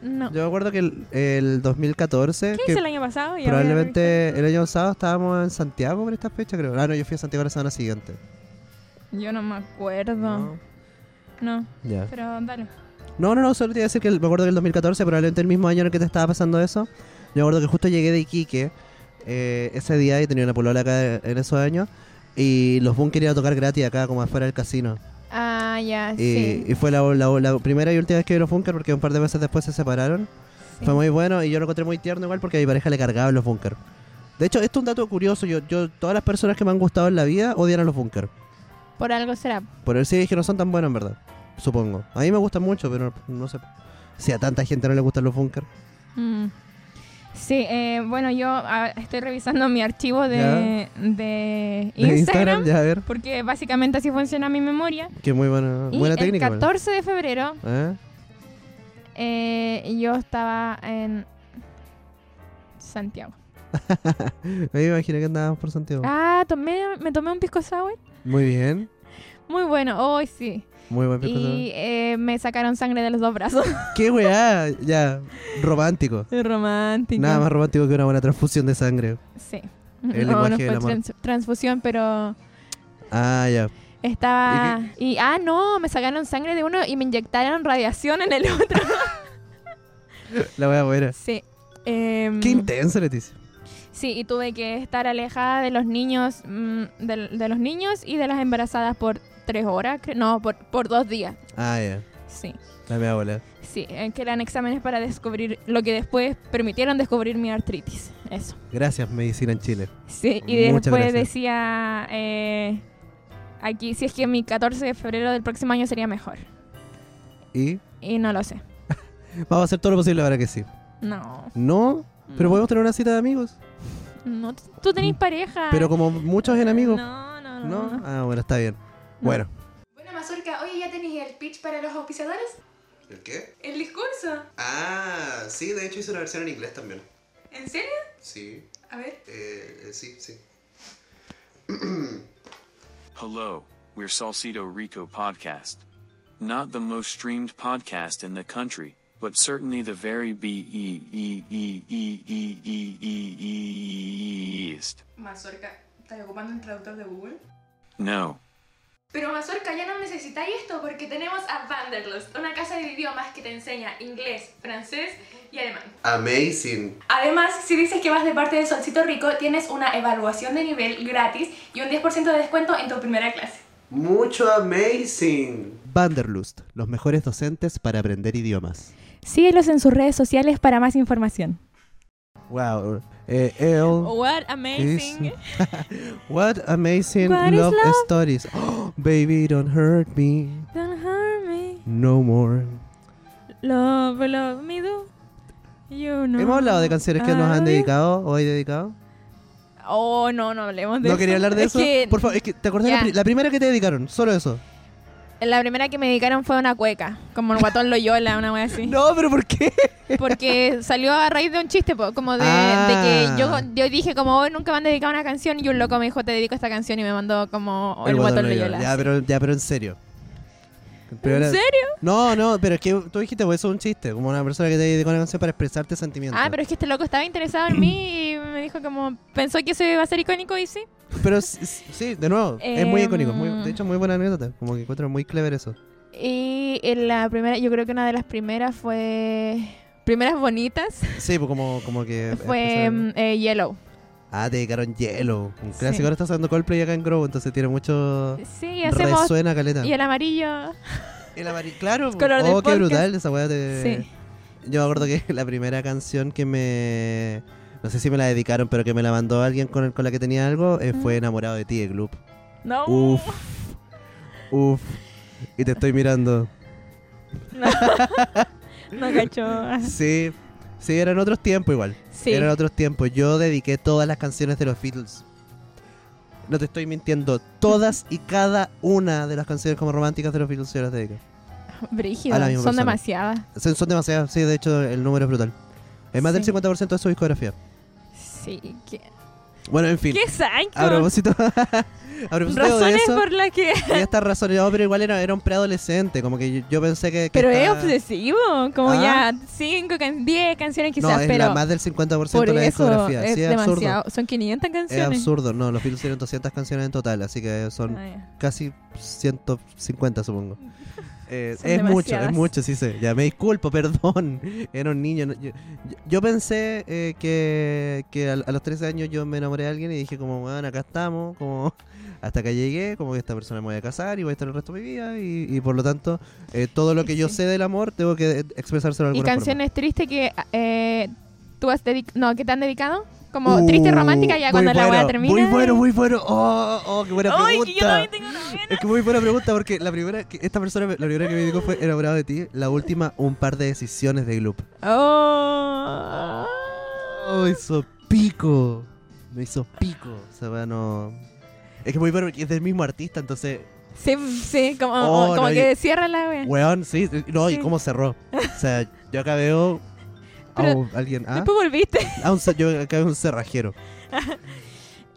[SPEAKER 2] no.
[SPEAKER 1] Yo me acuerdo que el, el 2014...
[SPEAKER 2] ¿Qué
[SPEAKER 1] que
[SPEAKER 2] hice el año pasado? Ya voy a
[SPEAKER 1] Probablemente el año pasado estábamos en Santiago por esta fecha, creo. Ah, no, yo fui a Santiago la semana siguiente.
[SPEAKER 2] revisar. Yo no me acuerdo. No,
[SPEAKER 1] No. Ya.
[SPEAKER 2] pero dale.
[SPEAKER 1] No, no, no, solo te iba a decir que el- me acuerdo que el 2014, probablemente el mismo año en el que te estaba pasando eso, yo me acuerdo que justo llegué de Iquique eh, ese día y tenía una polola acá en esos años y los Boom querían tocar gratis acá como afuera del casino.
[SPEAKER 2] Ah, ya,
[SPEAKER 1] Y,
[SPEAKER 2] sí.
[SPEAKER 1] y fue la, la- la primera y última vez que vi los Bunker porque un par de meses después se separaron.
[SPEAKER 2] sí.
[SPEAKER 1] Fue muy bueno y yo lo encontré muy tierno igual porque a mi pareja le cargaba los Bunker. De hecho, esto es un dato curioso. Yo, yo Todas las personas que me han gustado en la vida odian a los Bunker.
[SPEAKER 2] Por algo será.
[SPEAKER 1] Por el sí es que no son tan buenos en verdad. Supongo. A mí me gustan mucho, pero no sé si a tanta gente no le gustan los Bunker.
[SPEAKER 2] Mm. Sí, eh, bueno, yo ah, estoy revisando mi archivo de, de
[SPEAKER 1] de
[SPEAKER 2] Instagram.
[SPEAKER 1] ya a ver.
[SPEAKER 2] Porque básicamente así funciona mi memoria.
[SPEAKER 1] Qué muy buena,
[SPEAKER 2] Y
[SPEAKER 1] buena
[SPEAKER 2] el
[SPEAKER 1] técnica. bueno.
[SPEAKER 2] 14 de febrero
[SPEAKER 1] ¿Eh?
[SPEAKER 2] eh, yo estaba en Santiago.
[SPEAKER 1] Ahí Me imaginé que andábamos por Santiago.
[SPEAKER 2] Ah, tomé, me tomé un pisco sour.
[SPEAKER 1] Muy bien.
[SPEAKER 2] Muy bueno, hoy sí.
[SPEAKER 1] Muy buen pico.
[SPEAKER 2] Y eh, me sacaron sangre de los dos brazos.
[SPEAKER 1] Qué weá. Ya. Romántico.
[SPEAKER 2] Romántico.
[SPEAKER 1] Nada más romántico que una buena transfusión de sangre.
[SPEAKER 2] Sí.
[SPEAKER 1] El
[SPEAKER 2] no, no
[SPEAKER 1] lenguaje
[SPEAKER 2] fue
[SPEAKER 1] del amor.
[SPEAKER 2] trans- transfusión, pero
[SPEAKER 1] Ah, ya.
[SPEAKER 2] estaba... ¿Y, ah, no, me sacaron sangre de uno y me inyectaron radiación en el otro.
[SPEAKER 1] La weá buena.
[SPEAKER 2] sí. Em,
[SPEAKER 1] Qué intenso, Leticia.
[SPEAKER 2] Sí, y tuve que estar alejada de los niños, mm, de, de los niños y de las embarazadas por tres horas, cre- no, por, por dos días.
[SPEAKER 1] Ah, ya.
[SPEAKER 2] Sí,
[SPEAKER 1] La mea bola.
[SPEAKER 2] sí, eh, que eran exámenes para descubrir lo que después permitieron descubrir mi artritis. Eso.
[SPEAKER 1] Gracias, medicina en Chile.
[SPEAKER 2] Sí, y
[SPEAKER 1] Muchas
[SPEAKER 2] después
[SPEAKER 1] gracias.
[SPEAKER 2] decía eh, aquí, si es que mi 14 de febrero del próximo año sería mejor.
[SPEAKER 1] Y
[SPEAKER 2] Y no lo sé.
[SPEAKER 1] vamos a hacer todo lo posible para que sí.
[SPEAKER 2] No.
[SPEAKER 1] No,
[SPEAKER 2] Mm.
[SPEAKER 1] pero podemos tener una cita de amigos.
[SPEAKER 2] No, t- tú tenés pareja.
[SPEAKER 1] Mm. Pero como muchos en amigos.
[SPEAKER 2] No, Ah. no, no.
[SPEAKER 1] No.
[SPEAKER 2] no.
[SPEAKER 1] Ah, bueno, está bien. Bueno.
[SPEAKER 3] Bueno, Mazurka, oye, ¿ya tenéis el pitch para los auspiciadores?
[SPEAKER 1] ¿El qué?
[SPEAKER 3] ¿El discurso?
[SPEAKER 1] Ah, sí, de hecho hice una versión en inglés también.
[SPEAKER 3] ¿En serio?
[SPEAKER 1] Sí, eh,
[SPEAKER 3] A ver.
[SPEAKER 1] sí, sí.
[SPEAKER 4] Hello, we're Salcedo Rico Podcast. Not the most streamed podcast in the country, but certainly the very be e e e e e e e e east.
[SPEAKER 3] Mazorca, ¿estás ocupando el traductor de Google?
[SPEAKER 4] No.
[SPEAKER 3] Pero Mazorca, ya no necesitáis esto porque tenemos a Vanderlust, una casa de idiomas que te enseña inglés, francés y alemán.
[SPEAKER 1] Amazing.
[SPEAKER 3] Además, si dices que vas de parte de Solcito Rico, tienes una evaluación de nivel gratis y un 10% de descuento en tu primera clase.
[SPEAKER 1] Mucho amazing. Vanderlust, los mejores docentes para aprender idiomas.
[SPEAKER 3] Síguelos en sus redes sociales para más información.
[SPEAKER 1] Wow. Eh, L
[SPEAKER 2] What
[SPEAKER 1] is-
[SPEAKER 2] Oh, amazing.
[SPEAKER 1] What amazing
[SPEAKER 2] What is
[SPEAKER 1] love,
[SPEAKER 2] love?
[SPEAKER 1] stories. Oh, baby, don't hurt me
[SPEAKER 2] Don't harm me.
[SPEAKER 1] no more.
[SPEAKER 2] Love, love pues me do. You know.
[SPEAKER 1] Hemos hablado de canciones que nos han
[SPEAKER 2] I-
[SPEAKER 1] dedicado, hoy dedicado.
[SPEAKER 2] Oh, no, no hablemos de
[SPEAKER 1] No
[SPEAKER 2] eso.
[SPEAKER 1] quería hablar de
[SPEAKER 2] Es
[SPEAKER 1] eso.
[SPEAKER 2] que
[SPEAKER 1] Por favor, es que te acordás la,
[SPEAKER 2] Ya.
[SPEAKER 1] pri- la primera que te dedicaron, solo eso.
[SPEAKER 2] La primera que me dedicaron fue una cueca, como el guatón Loyola, una wea así.
[SPEAKER 1] No, pero ¿por qué?
[SPEAKER 2] Porque salió a raíz de un chiste, po, como de, de
[SPEAKER 1] Ah.
[SPEAKER 2] que yo, yo dije, como hoy nunca me han dedicado una canción, y un loco me dijo, te dedico esta canción, y me mandó como el, guatón, Loyola.
[SPEAKER 1] Ya,
[SPEAKER 2] así.
[SPEAKER 1] pero, ya, pero en serio. Pero
[SPEAKER 2] ¿En
[SPEAKER 1] era-
[SPEAKER 2] serio?
[SPEAKER 1] No, no, pero es que tú dijiste, pues, eso es un chiste, como una persona que te dedicó una canción para expresarte sentimientos.
[SPEAKER 2] Ah, pero es que este loco estaba interesado en mí y me dijo como, pensó que eso iba a ser icónico y sí.
[SPEAKER 1] Pero s- s- sí, de nuevo, es muy
[SPEAKER 2] Em,
[SPEAKER 1] icónico. muy- de hecho, muy buena anécdota. Como que encuentro muy clever eso.
[SPEAKER 2] Y en la primera, yo creo que una de las primeras fue, primeras bonitas,
[SPEAKER 1] Sí, pues como, como que.
[SPEAKER 2] fue
[SPEAKER 1] expresaron-
[SPEAKER 2] mm, eh, Yellow.
[SPEAKER 1] Ah, te dedicaron hielo. Un clásico.
[SPEAKER 2] Sí.
[SPEAKER 1] Ahora está usando Coldplay acá en Grow, entonces tiene mucho.
[SPEAKER 2] Sí, y hacemos...
[SPEAKER 1] Resuena caleta.
[SPEAKER 2] Y el amarillo.
[SPEAKER 1] El amarillo. Claro,
[SPEAKER 2] Es color
[SPEAKER 1] oh,
[SPEAKER 2] del
[SPEAKER 1] qué
[SPEAKER 2] podcast.
[SPEAKER 1] brutal esa weá de.
[SPEAKER 2] Sí.
[SPEAKER 1] Yo me acuerdo que la primera canción que me. No sé si me la dedicaron, pero que me la mandó alguien con, el- con la que tenía algo, eh, fue Enamorado de ti, de Gloop.
[SPEAKER 2] Mm. No.
[SPEAKER 1] Uf. Uf. Y te estoy mirando.
[SPEAKER 2] No, no cacho.
[SPEAKER 1] Sí. Sí, eran otros tiempos igual.
[SPEAKER 2] Sí.
[SPEAKER 1] Eran otros tiempos. Yo dediqué todas las canciones de los Beatles. No te estoy mintiendo. Todas y cada una de las canciones como románticas de los Beatles yo las dediqué.
[SPEAKER 2] Brígido.
[SPEAKER 1] A la misma
[SPEAKER 2] Son
[SPEAKER 1] persona.
[SPEAKER 2] demasiadas.
[SPEAKER 1] Son, son demasiadas. Sí, de hecho, el número es brutal. Es más
[SPEAKER 2] Sí.
[SPEAKER 1] del 50% de su discografía.
[SPEAKER 2] Sí. Qué,
[SPEAKER 1] Bueno, en fin.
[SPEAKER 2] qué
[SPEAKER 1] A
[SPEAKER 2] psycho.
[SPEAKER 1] propósito, a propósito de
[SPEAKER 2] Razones
[SPEAKER 1] eso,
[SPEAKER 2] por las que.
[SPEAKER 1] tenía esta razón, no, pero igual era, era un preadolescente, como que yo, yo pensé que... que
[SPEAKER 2] Pero es
[SPEAKER 1] estaba-
[SPEAKER 2] obsesivo. Como
[SPEAKER 1] Ah.
[SPEAKER 2] ya 5, 10 canciones
[SPEAKER 1] No,
[SPEAKER 2] quizás.
[SPEAKER 1] es
[SPEAKER 2] pero
[SPEAKER 1] la más del 50%
[SPEAKER 2] por
[SPEAKER 1] de la
[SPEAKER 2] eso
[SPEAKER 1] discografía.
[SPEAKER 2] es
[SPEAKER 1] sí, es absurdo.
[SPEAKER 2] demasiado. Son 500
[SPEAKER 1] Es
[SPEAKER 2] canciones.
[SPEAKER 1] absurdo. No, los Beatles tienen 200 canciones en total, así que son
[SPEAKER 2] Ah, ya.
[SPEAKER 1] casi 150, supongo. Eh,
[SPEAKER 2] Son
[SPEAKER 1] es mucho, es
[SPEAKER 2] demasiadas.
[SPEAKER 1] mucho, sí sé. Ya me disculpo, perdón. Era un niño. no- Yo, yo- yo pensé eh, que, que a, a los 13 años yo me enamoré de alguien y dije como, bueno, acá estamos, como hasta que llegué, como que esta persona me voy a casar y voy a estar el resto de mi vida y, y por lo tanto eh, todo lo que yo
[SPEAKER 2] Sí.
[SPEAKER 1] sé del amor tengo que eh, expresárselo de
[SPEAKER 2] Y
[SPEAKER 1] alguna
[SPEAKER 2] canciones tristes que eh, tú has dedicado. No, que te han dedicado. Como
[SPEAKER 1] Uh,
[SPEAKER 2] triste romántica ya
[SPEAKER 1] muy
[SPEAKER 2] cuando la
[SPEAKER 1] bueno,
[SPEAKER 2] wea termina.
[SPEAKER 1] Muy bueno, muy bueno. Oh, oh, qué buena
[SPEAKER 2] Ay, que
[SPEAKER 1] pregunta.
[SPEAKER 2] yo también tengo una buena.
[SPEAKER 1] Es que muy buena pregunta porque la primera que esta persona la primera que me dijo fue enamorado de ti, la última un par de decisiones de Gloop.
[SPEAKER 2] Oh.
[SPEAKER 1] Oh, hizo pico. Me hizo pico. O sea, bueno, es que muy bueno porque es del mismo artista, entonces,
[SPEAKER 2] Sí, sí, como,
[SPEAKER 1] Oh,
[SPEAKER 2] como
[SPEAKER 1] no,
[SPEAKER 2] que cierra la wea.
[SPEAKER 1] weón, sí, no, y
[SPEAKER 2] Sí.
[SPEAKER 1] cómo cerró. O sea, yo acá veo a
[SPEAKER 2] Pero-
[SPEAKER 1] un- alguien, ¿ah?
[SPEAKER 2] Después volviste.
[SPEAKER 1] A un ce- yo acá veo un cerrajero.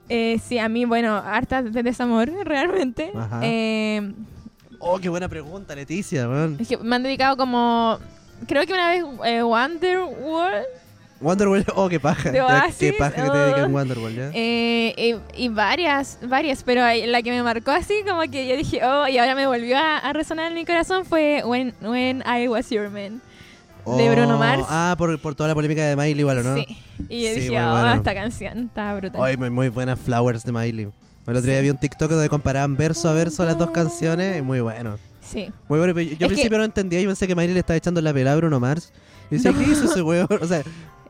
[SPEAKER 2] Eh, sí, a mí, bueno, harta de desamor, realmente.
[SPEAKER 1] Ajá.
[SPEAKER 2] Eh,
[SPEAKER 1] Oh, qué buena pregunta, Leticia, weón.
[SPEAKER 2] es que me han dedicado como. Creo que una vez eh, Wonder World
[SPEAKER 1] Wonderwall, oh, qué paja.
[SPEAKER 2] De
[SPEAKER 1] Ya, Qué
[SPEAKER 2] Oasis,
[SPEAKER 1] paja que te
[SPEAKER 2] oh.
[SPEAKER 1] dediquen Wonderwall, ¿ya?
[SPEAKER 2] eh, y, y varias, varias, pero ahí la que me marcó así, como que yo dije, oh, y ahora me volvió a, a resonar en mi corazón fue When, When I Was Your Man. de Bruno Mars.
[SPEAKER 1] Ah, por, por toda la polémica de Miley, igual, ¿o ¿no?
[SPEAKER 2] Sí. Y yo
[SPEAKER 1] Sí,
[SPEAKER 2] dije,
[SPEAKER 1] muy
[SPEAKER 2] oh,
[SPEAKER 1] bueno.
[SPEAKER 2] esta canción está brutal.
[SPEAKER 1] Ay, muy, muy buenas Flowers de Miley. El otro día vi un TikTok donde comparaban verso a verso las dos canciones. y Muy bueno.
[SPEAKER 2] Sí.
[SPEAKER 1] Muy bueno. pero Yo, yo al
[SPEAKER 2] que-
[SPEAKER 1] principio no entendía. Yo pensé que Miley le estaba echando la pelada a Bruno Mars. Y decía, ¿qué hizo ese huevo? O sea,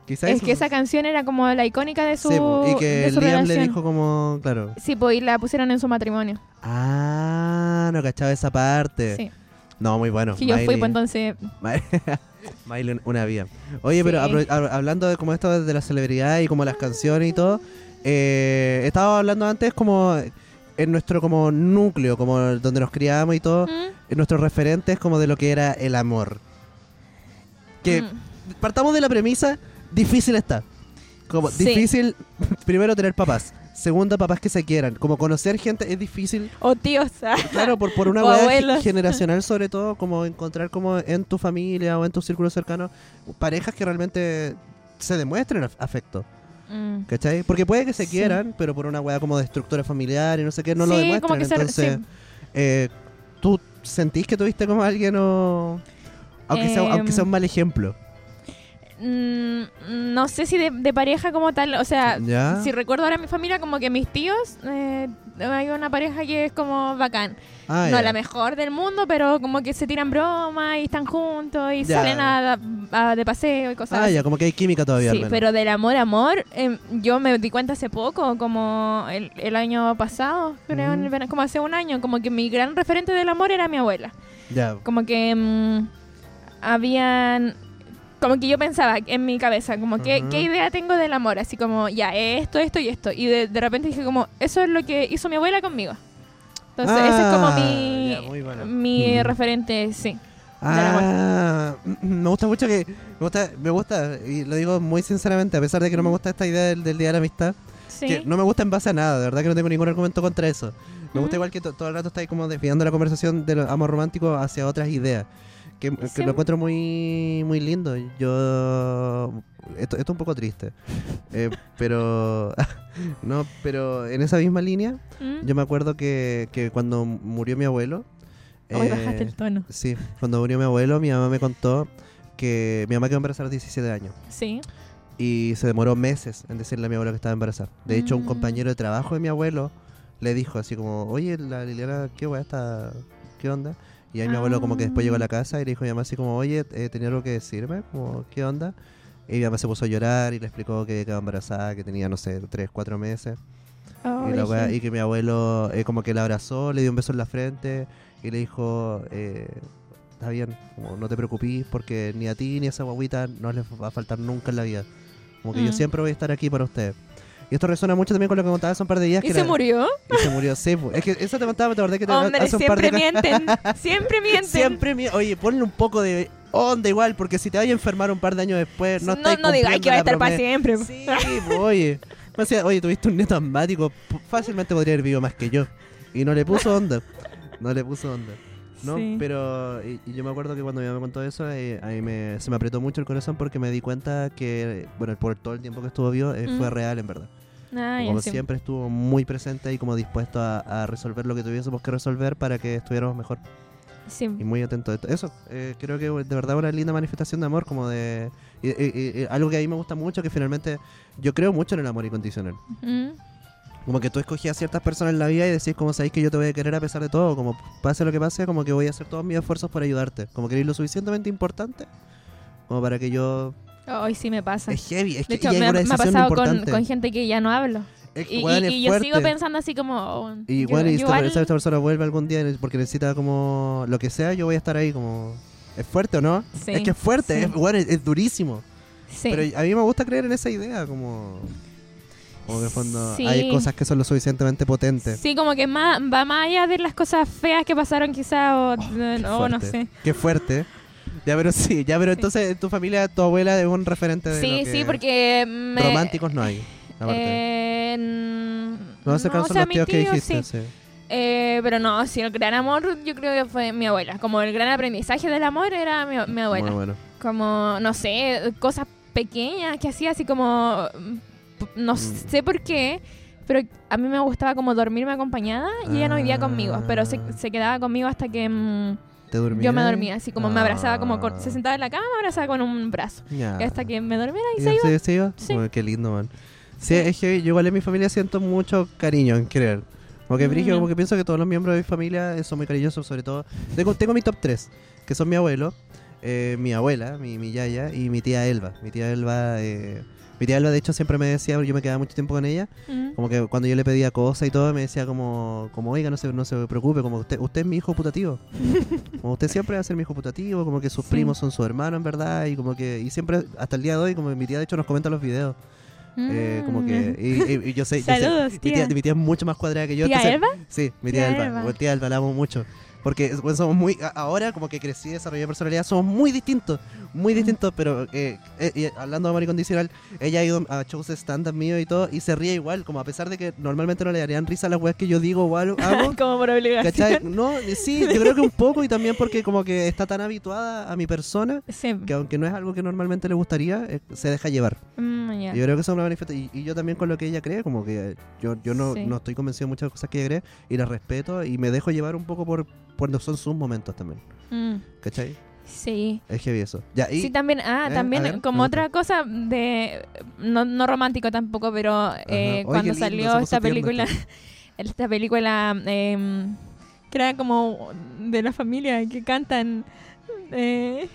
[SPEAKER 1] quizás.
[SPEAKER 2] Es que esa canción era como la icónica de su.
[SPEAKER 1] Y que
[SPEAKER 2] de su
[SPEAKER 1] Liam le
[SPEAKER 2] relación.
[SPEAKER 1] dijo como. Claro.
[SPEAKER 2] Sí, pues y la pusieron en su matrimonio.
[SPEAKER 1] Ah, no cachaba esa parte.
[SPEAKER 2] Sí.
[SPEAKER 1] No, muy bueno.
[SPEAKER 2] Que yo fui,
[SPEAKER 1] Miley-
[SPEAKER 2] pues entonces.
[SPEAKER 1] Miley, una vía. Oye, pero
[SPEAKER 2] Sí.
[SPEAKER 1] apro- hab- hablando de como esto de la celebridad y como las canciones y todo, eh, estaba hablando antes como en nuestro como núcleo, como donde nos criamos y todo,
[SPEAKER 2] mm,
[SPEAKER 1] en nuestros referentes como de lo que era el amor. Que
[SPEAKER 2] mm.
[SPEAKER 1] partamos de la premisa, difícil está. Como
[SPEAKER 2] Sí.
[SPEAKER 1] difícil, primero tener papás, segundo papás que se quieran, como conocer gente es difícil.
[SPEAKER 2] O tíos. ah.
[SPEAKER 1] Claro, por, por una
[SPEAKER 2] O
[SPEAKER 1] hueá
[SPEAKER 2] abuelos.
[SPEAKER 1] ge- generacional sobre todo, como encontrar como en tu familia o en tu círculo cercano parejas que realmente se demuestren af- afecto,
[SPEAKER 2] Mm.
[SPEAKER 1] ¿cachai? Porque puede que se
[SPEAKER 2] Sí.
[SPEAKER 1] quieran, pero por una hueá como de estructura familiar y no sé qué, no lo
[SPEAKER 2] Sí,
[SPEAKER 1] demuestran.
[SPEAKER 2] como que se-
[SPEAKER 1] Entonces,
[SPEAKER 2] sí.
[SPEAKER 1] eh, ¿tú sentís que tuviste como alguien o... Aunque, sea, aunque
[SPEAKER 2] Em,
[SPEAKER 1] sea un mal ejemplo.
[SPEAKER 2] Mm, no sé si de, de pareja como tal, o sea,
[SPEAKER 1] ¿Ya?
[SPEAKER 2] si recuerdo ahora mi familia, como que mis tíos, eh, hay una pareja que es como bacán.
[SPEAKER 1] Ah,
[SPEAKER 2] no
[SPEAKER 1] ya.
[SPEAKER 2] la mejor del mundo, pero como que se tiran bromas y están juntos y
[SPEAKER 1] Ya.
[SPEAKER 2] salen a, a- de paseo y cosas
[SPEAKER 1] Ah,
[SPEAKER 2] así.
[SPEAKER 1] ya, como que hay química todavía. al
[SPEAKER 2] Sí,
[SPEAKER 1] menos.
[SPEAKER 2] pero del amor, amor, em, yo me di cuenta hace poco, como el, el año pasado, creo, en el
[SPEAKER 1] Mm.
[SPEAKER 2] verano, como hace un año, como que mi gran referente del amor era mi abuela.
[SPEAKER 1] Ya.
[SPEAKER 2] Como que mm, habían... Como que yo pensaba en mi cabeza, como que,
[SPEAKER 1] Ajá.
[SPEAKER 2] ¿qué idea tengo del amor? Así como, ya, esto, esto y esto. Y de, de repente dije como, eso es lo que hizo mi abuela conmigo. Entonces, ese es como
[SPEAKER 1] Ah,
[SPEAKER 2] mi,
[SPEAKER 1] ya, muy bueno.
[SPEAKER 2] mi
[SPEAKER 1] Mm.
[SPEAKER 2] referente, sí.
[SPEAKER 1] Ah, me gusta mucho que me gusta, me gusta y lo digo muy sinceramente a pesar de que no me gusta esta idea del, del día de la amistad
[SPEAKER 2] Sí.
[SPEAKER 1] que no me gusta en base a nada de verdad que no tengo ningún argumento contra eso me gusta
[SPEAKER 2] Ujú.
[SPEAKER 1] igual que to- todo el rato estáis como desviando la conversación del amor romántico hacia otras ideas que, que
[SPEAKER 2] Sí.
[SPEAKER 1] lo encuentro muy muy lindo yo esto, esto es un poco triste eh, pero no pero en esa misma línea
[SPEAKER 2] Mm.
[SPEAKER 1] yo me acuerdo que, que cuando murió mi abuelo
[SPEAKER 2] Hoy
[SPEAKER 1] eh,
[SPEAKER 2] bajaste el tono.
[SPEAKER 1] Sí, cuando murió mi abuelo, mi mamá me contó que mi mamá quedó embarazada a los 17 años
[SPEAKER 2] Sí.
[SPEAKER 1] y se demoró meses en decirle a mi abuelo que estaba embarazada. De hecho, un
[SPEAKER 2] Mm.
[SPEAKER 1] compañero de trabajo de mi abuelo le dijo así como, oye, la Liliana, ¿qué weá está? ¿Qué onda? Y ahí mi abuelo como que después llegó a la casa y le dijo a mi mamá así como, oye, eh, ¿tenía algo que decirme? Como, ¿qué onda? Y mi mamá se puso a llorar y le explicó que quedó embarazada, que tenía, no sé, 3, 4 meses.
[SPEAKER 2] Oh,
[SPEAKER 1] Y, la weá-
[SPEAKER 2] dije,
[SPEAKER 1] y que mi abuelo eh, como que la abrazó, le dio un beso en la frente y le dijo, eh, está bien, como no te preocupes porque ni a ti ni a esa guaguita no les va a faltar nunca en la vida. Como que yo
[SPEAKER 2] Mm.
[SPEAKER 1] siempre voy a estar aquí para ustedes. Y esto resuena mucho también con lo que contaba hace un par de días.
[SPEAKER 2] ¿Y
[SPEAKER 1] que
[SPEAKER 2] se
[SPEAKER 1] era-
[SPEAKER 2] murió?
[SPEAKER 1] Y se murió, sí. pues. Es que eso te contaba, te acordé que te
[SPEAKER 2] Hombre,
[SPEAKER 1] hace un par de
[SPEAKER 2] siempre
[SPEAKER 1] días.
[SPEAKER 2] mienten. Siempre mienten.
[SPEAKER 1] Siempre, mi- oye, ponle un poco de onda igual, porque si te vayas a enfermar un par de años después, no
[SPEAKER 2] No,
[SPEAKER 1] estáis
[SPEAKER 2] no digáis
[SPEAKER 1] cumpliendo
[SPEAKER 2] que va a
[SPEAKER 1] la
[SPEAKER 2] estar para
[SPEAKER 1] promesa.
[SPEAKER 2] siempre.
[SPEAKER 1] Sí, pues, oye. Me decía, oye, tuviste un nieto asmático, p- fácilmente podría haber vivido más que yo. Y no le puso onda. No le puso onda. ¿no?
[SPEAKER 2] Sí.
[SPEAKER 1] Pero y, y yo me acuerdo que cuando mi mamá me contó eso, eh, ahí me, se me apretó mucho el corazón porque me di cuenta que, bueno, por todo el tiempo que estuvo vivo, eh, fue
[SPEAKER 2] Mm.
[SPEAKER 1] real en verdad.
[SPEAKER 2] Ah, ya,
[SPEAKER 1] como
[SPEAKER 2] sí.
[SPEAKER 1] siempre estuvo muy presente y como dispuesto a, a resolver lo que tuviésemos que resolver para que estuviéramos mejor
[SPEAKER 2] Sí.
[SPEAKER 1] y muy atento. a esto. Eso, eh, creo que de verdad una linda manifestación de amor, como de... y- y- y- algo que a mí me gusta mucho, que finalmente yo creo mucho en el amor incondicional.
[SPEAKER 2] Mm.
[SPEAKER 1] Como que tú escogías ciertas personas en la vida y decís, como sabéis que yo te voy a querer a pesar de todo, como pase lo que pase, como que voy a hacer todos mis esfuerzos para ayudarte. Como que eres lo suficientemente importante como para que yo...
[SPEAKER 2] Hoy sí me pasa.
[SPEAKER 1] Es heavy, es
[SPEAKER 2] De
[SPEAKER 1] que
[SPEAKER 2] hecho,
[SPEAKER 1] y hay
[SPEAKER 2] me, ha-
[SPEAKER 1] una
[SPEAKER 2] me ha
[SPEAKER 1] decisión
[SPEAKER 2] pasado con,
[SPEAKER 1] importante.
[SPEAKER 2] con gente que ya no hablo.
[SPEAKER 1] Es que,
[SPEAKER 2] Y,
[SPEAKER 1] weón,
[SPEAKER 2] y-
[SPEAKER 1] es
[SPEAKER 2] y yo sigo
[SPEAKER 1] fuerte.
[SPEAKER 2] pensando así como... oh,
[SPEAKER 1] Y
[SPEAKER 2] yo-
[SPEAKER 1] bueno, y
[SPEAKER 2] yo
[SPEAKER 1] esta,
[SPEAKER 2] igual-
[SPEAKER 1] esa persona vuelve algún día porque necesita como lo que sea, yo voy a estar ahí como... ¿Es fuerte o no?
[SPEAKER 2] Sí,
[SPEAKER 1] es que es fuerte,
[SPEAKER 2] sí.
[SPEAKER 1] es, bueno, es, es durísimo.
[SPEAKER 2] sí.
[SPEAKER 1] Pero a mí me gusta creer en esa idea, como... Como que en fondo
[SPEAKER 2] Sí.
[SPEAKER 1] hay cosas que son lo suficientemente potentes.
[SPEAKER 2] Sí, como que más, va más allá de las cosas feas que pasaron quizá o,
[SPEAKER 1] Oh, Qué
[SPEAKER 2] no, no
[SPEAKER 1] fuerte, Este
[SPEAKER 2] sé.
[SPEAKER 1] Qué fuerte. Ya, pero sí, ya, pero entonces en tu familia, tu abuela es un referente de
[SPEAKER 2] Sí,
[SPEAKER 1] lo
[SPEAKER 2] sí,
[SPEAKER 1] que-
[SPEAKER 2] porque... Me,
[SPEAKER 1] Románticos no hay, aparte.
[SPEAKER 2] eh, mm,
[SPEAKER 1] no se
[SPEAKER 2] o
[SPEAKER 1] cansan
[SPEAKER 2] sea,
[SPEAKER 1] los tíos
[SPEAKER 2] mis
[SPEAKER 1] que
[SPEAKER 2] tíos,
[SPEAKER 1] dijiste,
[SPEAKER 2] sí.
[SPEAKER 1] sí.
[SPEAKER 2] Eh, pero no, sí, el gran amor yo creo que fue mi abuela. Como el gran aprendizaje del amor era mi, mi abuela.
[SPEAKER 1] Muy bueno.
[SPEAKER 2] como, no sé, cosas pequeñas que hacía, así como, mm, p- no
[SPEAKER 1] Mm.
[SPEAKER 2] sé por qué, pero a mí me gustaba como dormirme acompañada y ella no vivía conmigo, pero se,
[SPEAKER 1] Ah.
[SPEAKER 2] se quedaba conmigo hasta que mm,
[SPEAKER 1] ¿Te dormías?
[SPEAKER 2] yo me dormía, así como me abrazaba, como con-
[SPEAKER 1] Ah.
[SPEAKER 2] se sentaba en la cama, me abrazaba con un brazo.
[SPEAKER 1] Ya.
[SPEAKER 2] Y hasta que me dormiera y
[SPEAKER 1] ¿Y
[SPEAKER 2] se iba.
[SPEAKER 1] se- se iba?
[SPEAKER 2] Sí.
[SPEAKER 1] Bueno, qué lindo, man. Sí,
[SPEAKER 2] Sí.
[SPEAKER 1] es que yo igual en mi familia siento mucho cariño en creer. Como que,
[SPEAKER 2] Mm.
[SPEAKER 1] brígido, como que pienso que todos los miembros de mi familia eh, son muy cariñosos, sobre todo. Tengo, tengo mi top 3, que son mi abuelo, eh, mi abuela, mi, mi yaya y mi tía Elba. Mi tía Elba eh, Mi tía Alba, de hecho, siempre me decía, yo me quedaba mucho tiempo con ella,
[SPEAKER 2] Mm.
[SPEAKER 1] como que cuando yo le pedía cosas y todo, me decía como, como oiga, no se, no se preocupe, como usted, usted es mi hijo putativo. como usted siempre va a ser mi hijo putativo, como que sus
[SPEAKER 2] Sí.
[SPEAKER 1] primos son su hermano, en verdad, y como que, y siempre, hasta el día de hoy, como mi tía, de hecho, nos comenta los videos. eh,
[SPEAKER 2] Mm.
[SPEAKER 1] como que, y, y- y yo sé, yo sé-
[SPEAKER 2] Saludos,
[SPEAKER 1] mi, tía,
[SPEAKER 2] tía.
[SPEAKER 1] mi tía es mucho más cuadrada que yo.
[SPEAKER 2] ¿Tía
[SPEAKER 1] entonces-
[SPEAKER 2] Elba?
[SPEAKER 1] Sí, mi tía,
[SPEAKER 2] Tía
[SPEAKER 1] Alba.
[SPEAKER 2] Elba.
[SPEAKER 1] Bueno, tía Alba, la amo mucho. Porque bueno, somos muy. a- Ahora, como que crecí, desarrollé personalidad, somos muy distintos. Muy distintos, pero eh, eh, y hablando de maricón condicional, ella ha ido a shows de stand-up mío y todo, y se ríe igual. Como a pesar de que normalmente no le darían risa a las weas que yo digo o algo- hago.
[SPEAKER 2] como por obligación.
[SPEAKER 1] ¿Cachai? No, eh, sí, yo creo que un poco y también porque como que está tan habituada a mi persona
[SPEAKER 2] Sí.
[SPEAKER 1] que aunque no es algo que normalmente le gustaría, eh, se deja llevar.
[SPEAKER 2] Mm, ya.
[SPEAKER 1] Yo creo que eso es una manifiesta- Y, y yo también con lo que ella cree, como que eh, yo, yo no,
[SPEAKER 2] Sí.
[SPEAKER 1] no estoy convencido de muchas cosas que ella cree y las respeto y me dejo llevar un poco por cuando son sus momentos también.
[SPEAKER 2] Mm,
[SPEAKER 1] ¿Cachai?
[SPEAKER 2] sí.
[SPEAKER 1] Es heavy eso. Ya, y
[SPEAKER 2] Sí, también, ah,
[SPEAKER 1] Eh,
[SPEAKER 2] también
[SPEAKER 1] a ver,
[SPEAKER 2] como
[SPEAKER 1] pregunta.
[SPEAKER 2] otra cosa de, no, no romántico tampoco, pero eh,
[SPEAKER 1] Oye, qué
[SPEAKER 2] cuando
[SPEAKER 1] lindo, se
[SPEAKER 2] salió
[SPEAKER 1] puso
[SPEAKER 2] esta
[SPEAKER 1] tierno
[SPEAKER 2] película, esta película em, que era como de la familia que cantan, eh,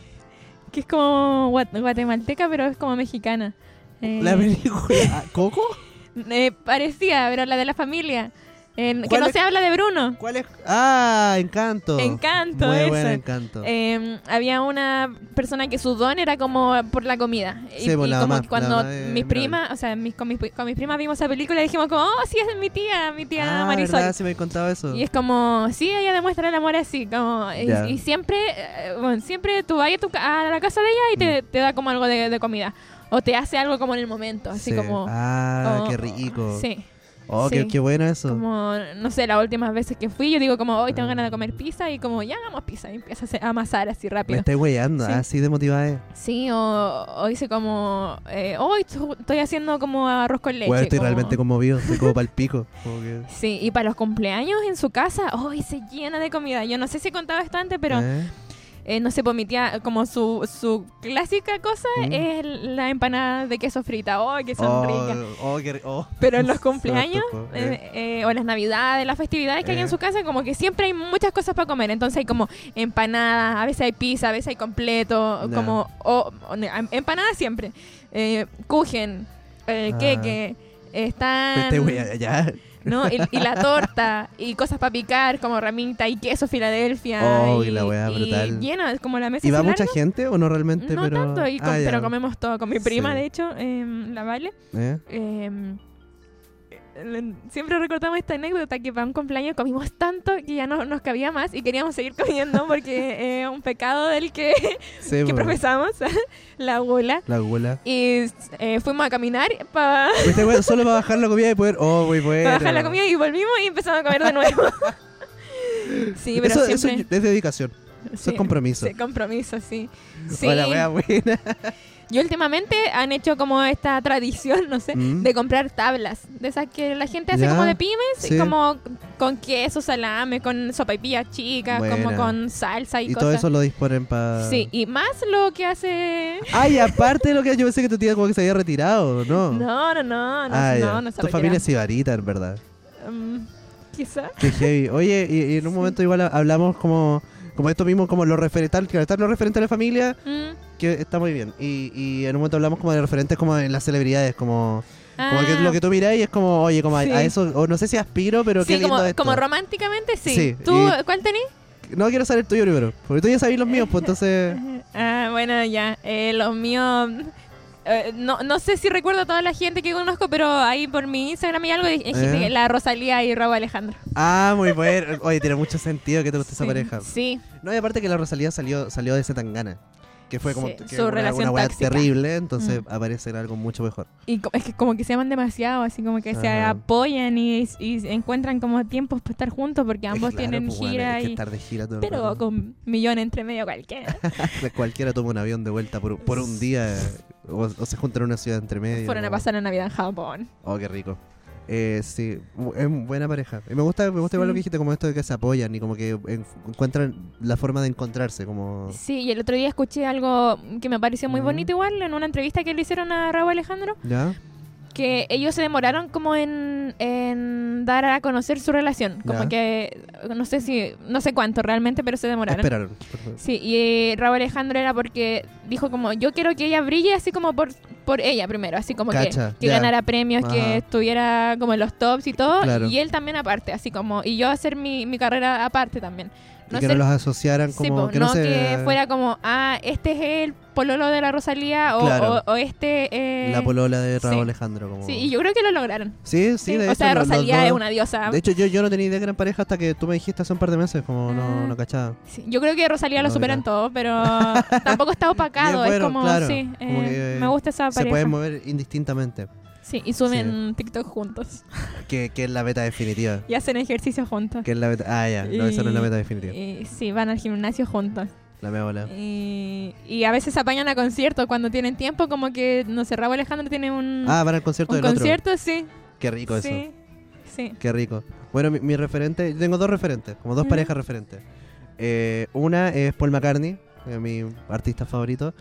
[SPEAKER 2] que es como guat- guatemalteca, pero es como mexicana. Eh,
[SPEAKER 1] la película. Ah, ¿Coco?
[SPEAKER 2] eh, parecía, pero la de la familia. En- que
[SPEAKER 1] ¿Cuál
[SPEAKER 2] no
[SPEAKER 1] es?
[SPEAKER 2] se habla de Bruno.
[SPEAKER 1] ¿Cuál es? Ah, Encanto.
[SPEAKER 2] Encanto,
[SPEAKER 1] Muy
[SPEAKER 2] esa.
[SPEAKER 1] bueno, Encanto.
[SPEAKER 2] Eh, había una persona que su don era como por la comida. Y-
[SPEAKER 1] Sí,
[SPEAKER 2] y,
[SPEAKER 1] pues, la
[SPEAKER 2] como
[SPEAKER 1] mamá,
[SPEAKER 2] que cuando
[SPEAKER 1] la mamá de
[SPEAKER 2] mis
[SPEAKER 1] Mirabel.
[SPEAKER 2] primas, o sea, mis, con, mis, con mis primas vimos esa película y dijimos como, oh, sí, es mi tía, mi tía
[SPEAKER 1] ah,
[SPEAKER 2] Marisol.
[SPEAKER 1] ¿verdad? Sí me he contado eso.
[SPEAKER 2] Y es como, sí, ella demuestra el amor así, como, y,
[SPEAKER 1] Ya.
[SPEAKER 2] y siempre, eh, bueno, siempre tú vas a, tu ca- a la casa de ella y
[SPEAKER 1] Mm.
[SPEAKER 2] te, te da como algo de, de comida. O te hace algo como en el momento, así
[SPEAKER 1] Sí.
[SPEAKER 2] como...
[SPEAKER 1] Ah,
[SPEAKER 2] oh,
[SPEAKER 1] qué rico.
[SPEAKER 2] Sí,
[SPEAKER 1] Oh, qué,
[SPEAKER 2] sí.
[SPEAKER 1] qué bueno eso.
[SPEAKER 2] como, no sé, las últimas veces que fui, yo digo como, hoy tengo ganas de comer pizza y como, ya hagamos pizza y empieza a hacer- a amasar así
[SPEAKER 1] Me
[SPEAKER 2] rápido.
[SPEAKER 1] estoy weyando,
[SPEAKER 2] Sí.
[SPEAKER 1] así de eh. motivada es.
[SPEAKER 2] Sí, o, o dice como, eh, hoy tu- estoy haciendo como arroz con leche.
[SPEAKER 1] Bueno, estoy
[SPEAKER 2] como-
[SPEAKER 1] realmente conmovido, estoy como pal pico. Como que-
[SPEAKER 2] Sí, y para los cumpleaños en su casa, hoy se llena de comida. Yo no sé si he contado esto antes, pero
[SPEAKER 1] ¿Eh?
[SPEAKER 2] eh, no sé, pues mi tía, como su, su clásica cosa
[SPEAKER 1] Mm.
[SPEAKER 2] es la empanada de queso frita. ¡Oh, que son ricas!
[SPEAKER 1] Oh, qué ri- oh.
[SPEAKER 2] Pero en los
[SPEAKER 1] Se me
[SPEAKER 2] cumpleaños,
[SPEAKER 1] antojó, eh.
[SPEAKER 2] eh, eh, o las navidades, las festividades que hay
[SPEAKER 1] Eh.
[SPEAKER 2] en su casa, como que siempre hay muchas cosas para comer. Entonces hay como empanadas, a veces hay pizza, a veces hay completo,
[SPEAKER 1] Ya.
[SPEAKER 2] como o, o- ne- em- empanadas siempre. Eh, kuchen, eh,
[SPEAKER 1] Ah.
[SPEAKER 2] queque, están...
[SPEAKER 1] Este güey allá.
[SPEAKER 2] ¿no? Y, y la torta, y cosas para picar, como ramita y queso Filadelfia.
[SPEAKER 1] Oh, y
[SPEAKER 2] y
[SPEAKER 1] la weá brutal.
[SPEAKER 2] lleno, es como la mesa.
[SPEAKER 1] ¿Y va
[SPEAKER 2] es
[SPEAKER 1] mucha
[SPEAKER 2] larga.
[SPEAKER 1] gente o no realmente?
[SPEAKER 2] No
[SPEAKER 1] pero...
[SPEAKER 2] tanto, y com-
[SPEAKER 1] Ah, ya.
[SPEAKER 2] pero comemos todo. Con mi prima,
[SPEAKER 1] Sí.
[SPEAKER 2] de hecho, em, la Vale,
[SPEAKER 1] ¿Eh?
[SPEAKER 2] em, le- siempre recordamos esta anécdota que para un cumpleaños comimos tanto que ya no nos cabía más y queríamos seguir comiendo porque es un pecado del que,
[SPEAKER 1] Sí,
[SPEAKER 2] que
[SPEAKER 1] po.
[SPEAKER 2] profesamos, la abuela.
[SPEAKER 1] La abuela.
[SPEAKER 2] Y eh, fuimos a caminar para
[SPEAKER 1] Este güey solo para bajar la comida y poder... Oh, muy bueno.
[SPEAKER 2] bajar la comida y volvimos y empezamos a comer de nuevo. sí, pero
[SPEAKER 1] eso, eso
[SPEAKER 2] siempre...
[SPEAKER 1] es dedicación. eso es compromiso.
[SPEAKER 2] Sí, compromiso, sí. Sí.
[SPEAKER 1] Hola, wea buena.
[SPEAKER 2] Y últimamente han hecho como esta tradición, no sé,
[SPEAKER 1] Mm.
[SPEAKER 2] de comprar tablas. De esas que la gente hace
[SPEAKER 1] Ya,
[SPEAKER 2] como de pymes,
[SPEAKER 1] sí.
[SPEAKER 2] como con queso, salame, con sopaipillas chicas, como
[SPEAKER 1] Buena.
[SPEAKER 2] con salsa y,
[SPEAKER 1] Y
[SPEAKER 2] cosas.
[SPEAKER 1] todo eso lo disponen para...
[SPEAKER 2] Sí, y más lo que hace...
[SPEAKER 1] Ay, aparte de lo que yo pensé que tu tía como que se había retirado, ¿no?
[SPEAKER 2] No, no, no, no,
[SPEAKER 1] Ah, ya.
[SPEAKER 2] no, no se
[SPEAKER 1] Tu
[SPEAKER 2] retiró.
[SPEAKER 1] familia es sibarita, en verdad.
[SPEAKER 2] Mm, Quizá.
[SPEAKER 1] Qué heavy. Oye, y, y en un momento igual hablamos como... Como esto mismo, como lo referente, al- claro, está lo referente a la familia,
[SPEAKER 2] Mm.
[SPEAKER 1] que está muy bien. Y, y en un momento hablamos como de referentes como en las celebridades, como, como
[SPEAKER 2] Ah,
[SPEAKER 1] que lo que tú miráis es como, oye, como a-
[SPEAKER 2] Sí.
[SPEAKER 1] a, eso, o no sé si aspiro, pero
[SPEAKER 2] sí,
[SPEAKER 1] qué lindo
[SPEAKER 2] como,
[SPEAKER 1] esto.
[SPEAKER 2] como románticamente, sí.
[SPEAKER 1] Sí,
[SPEAKER 2] ¿Tú
[SPEAKER 1] y-
[SPEAKER 2] cuál tenés?
[SPEAKER 1] No quiero saber el tuyo primero, porque tú ya sabes los míos, pues entonces...
[SPEAKER 2] Ah, bueno, ya. Eh, los míos. eh, no, no sé si recuerdo a toda la gente que conozco, pero ahí por mi Instagram y algo, hay gente
[SPEAKER 1] ¿Eh?
[SPEAKER 2] que- la Rosalía y Raúl Alejandro.
[SPEAKER 1] Ah, muy bueno. Oye, tiene mucho sentido que te guste esa
[SPEAKER 2] Sí,
[SPEAKER 1] pareja.
[SPEAKER 2] Sí,
[SPEAKER 1] No, y aparte que la Rosalía salió, salió de Zetangana, que fue como
[SPEAKER 2] Sí,
[SPEAKER 1] que
[SPEAKER 2] su
[SPEAKER 1] una,
[SPEAKER 2] relación
[SPEAKER 1] una weá
[SPEAKER 2] tóxica. Mm.
[SPEAKER 1] terrible, entonces aparece en algo mucho mejor.
[SPEAKER 2] y co- es que como que se aman demasiado, así como que se
[SPEAKER 1] Ajá.
[SPEAKER 2] apoyan y, y encuentran como tiempos para estar juntos porque ambos
[SPEAKER 1] Es claro,
[SPEAKER 2] tienen
[SPEAKER 1] pues, bueno,
[SPEAKER 2] gira
[SPEAKER 1] hay que
[SPEAKER 2] y...
[SPEAKER 1] estar de gira todo el
[SPEAKER 2] Pero
[SPEAKER 1] rato.
[SPEAKER 2] con millón entre medio cualquiera.
[SPEAKER 1] Cualquiera toma un avión de vuelta por, por un día o, o se juntan en una ciudad entre medio.
[SPEAKER 2] Fueron a
[SPEAKER 1] ¿no?
[SPEAKER 2] pasar la Navidad en Japón.
[SPEAKER 1] Oh, qué rico. Eh, sí, bu- es buena pareja. Y Me gusta, me gusta igual lo que dijiste, como esto de que se apoyan y como que en- encuentran la forma de encontrarse, como...
[SPEAKER 2] Sí, y el otro día escuché algo que me pareció muy
[SPEAKER 1] Mm.
[SPEAKER 2] bonito igual en una entrevista que le hicieron a Raúl Alejandro.
[SPEAKER 1] ¿Ya?
[SPEAKER 2] que ellos se demoraron como en, en dar a conocer su relación. Como
[SPEAKER 1] Ya.
[SPEAKER 2] que, no sé si, no sé cuánto realmente, pero se demoraron.
[SPEAKER 1] Esperaron. por favor.
[SPEAKER 2] Sí, y eh, Raúl Alejandro era porque dijo como, yo quiero que ella brille así como por, por ella primero, así como que,
[SPEAKER 1] Cacha,
[SPEAKER 2] que
[SPEAKER 1] ya.
[SPEAKER 2] ganara premios,
[SPEAKER 1] Ajá.
[SPEAKER 2] que estuviera como en los tops y todo,
[SPEAKER 1] Claro.
[SPEAKER 2] y él también aparte, así como, y yo hacer mi, mi carrera aparte también.
[SPEAKER 1] y que no
[SPEAKER 2] ser-
[SPEAKER 1] los asociaran
[SPEAKER 2] sí,
[SPEAKER 1] como.
[SPEAKER 2] po,
[SPEAKER 1] que no,
[SPEAKER 2] no
[SPEAKER 1] se-
[SPEAKER 2] que fuera como, ah, este es el pololo de la Rosalía o,
[SPEAKER 1] Claro.
[SPEAKER 2] o- o este... eh,
[SPEAKER 1] La polola de Raúl
[SPEAKER 2] sí.
[SPEAKER 1] Alejandro. Como...
[SPEAKER 2] Sí, y yo creo que lo lograron.
[SPEAKER 1] Sí, sí,
[SPEAKER 2] Sí,
[SPEAKER 1] de
[SPEAKER 2] o
[SPEAKER 1] hecho,
[SPEAKER 2] sea,
[SPEAKER 1] lo- los
[SPEAKER 2] Rosalía
[SPEAKER 1] dos-
[SPEAKER 2] es una diosa.
[SPEAKER 1] De hecho, yo, yo no tenía idea que eran pareja hasta que tú me dijiste hace un par de meses, como no,
[SPEAKER 2] Ah.
[SPEAKER 1] no cachaba.
[SPEAKER 2] Sí, yo creo que Rosalía lo
[SPEAKER 1] No,
[SPEAKER 2] supera en
[SPEAKER 1] mira.
[SPEAKER 2] todo, pero tampoco está opacado.
[SPEAKER 1] Bien,
[SPEAKER 2] es
[SPEAKER 1] bueno,
[SPEAKER 2] como,
[SPEAKER 1] claro,
[SPEAKER 2] sí,
[SPEAKER 1] como
[SPEAKER 2] eh,
[SPEAKER 1] que, eh,
[SPEAKER 2] me gusta esa
[SPEAKER 1] Se
[SPEAKER 2] pareja.
[SPEAKER 1] pueden mover indistintamente,
[SPEAKER 2] Sí, y suben TikTok juntos.
[SPEAKER 1] que, que es la beta definitiva.
[SPEAKER 2] Y hacen ejercicio juntos.
[SPEAKER 1] Que es la beta- Ah, ya, no, esa no es la beta definitiva.
[SPEAKER 2] Y, sí, van al gimnasio juntos.
[SPEAKER 1] La mea bola.
[SPEAKER 2] eh, Y, y a veces apañan a conciertos cuando tienen tiempo, como que, no sé, Raúl Alejandro tiene un,
[SPEAKER 1] Ah, van al concierto
[SPEAKER 2] un
[SPEAKER 1] del
[SPEAKER 2] concierto, sí.
[SPEAKER 1] otro. Qué rico eso.
[SPEAKER 2] sí, sí.
[SPEAKER 1] Qué rico. Bueno, mi, mi referente, yo tengo dos referentes, como dos
[SPEAKER 2] Ujú.
[SPEAKER 1] parejas referentes. Eh, una es Paul McCartney, eh, mi artista favorito,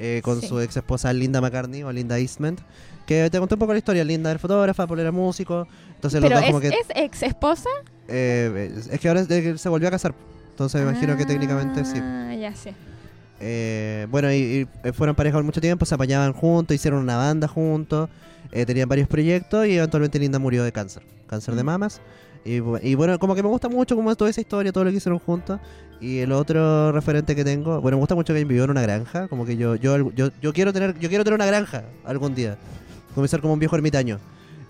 [SPEAKER 1] eh, con
[SPEAKER 2] Sí.
[SPEAKER 1] su ex esposa Linda McCartney o Linda Eastman, que te conté un poco la historia. Linda era fotógrafa, Paul era músico. Entonces
[SPEAKER 2] Pero
[SPEAKER 1] los dos
[SPEAKER 2] es,
[SPEAKER 1] como que...
[SPEAKER 2] es ex esposa.
[SPEAKER 1] eh, es- es que ahora es de que se volvió a casar. Entonces me imagino que
[SPEAKER 2] Ah.
[SPEAKER 1] técnicamente sí.
[SPEAKER 2] Ya sé.
[SPEAKER 1] Eh, bueno, y, y fueron pareja por mucho tiempo, se apañaban juntos, hicieron una banda juntos, eh, tenían varios proyectos y eventualmente Linda murió de cáncer, cáncer de
[SPEAKER 2] Mm.
[SPEAKER 1] mamas. Y, bu- y bueno, como que me gusta mucho como es toda esa historia, todo lo que hicieron juntos. Y el otro referente que tengo, bueno, me gusta mucho que él vivió en una granja, como que yo, yo, yo, yo quiero tener, yo quiero tener una granja algún día, comenzar como un viejo ermitaño.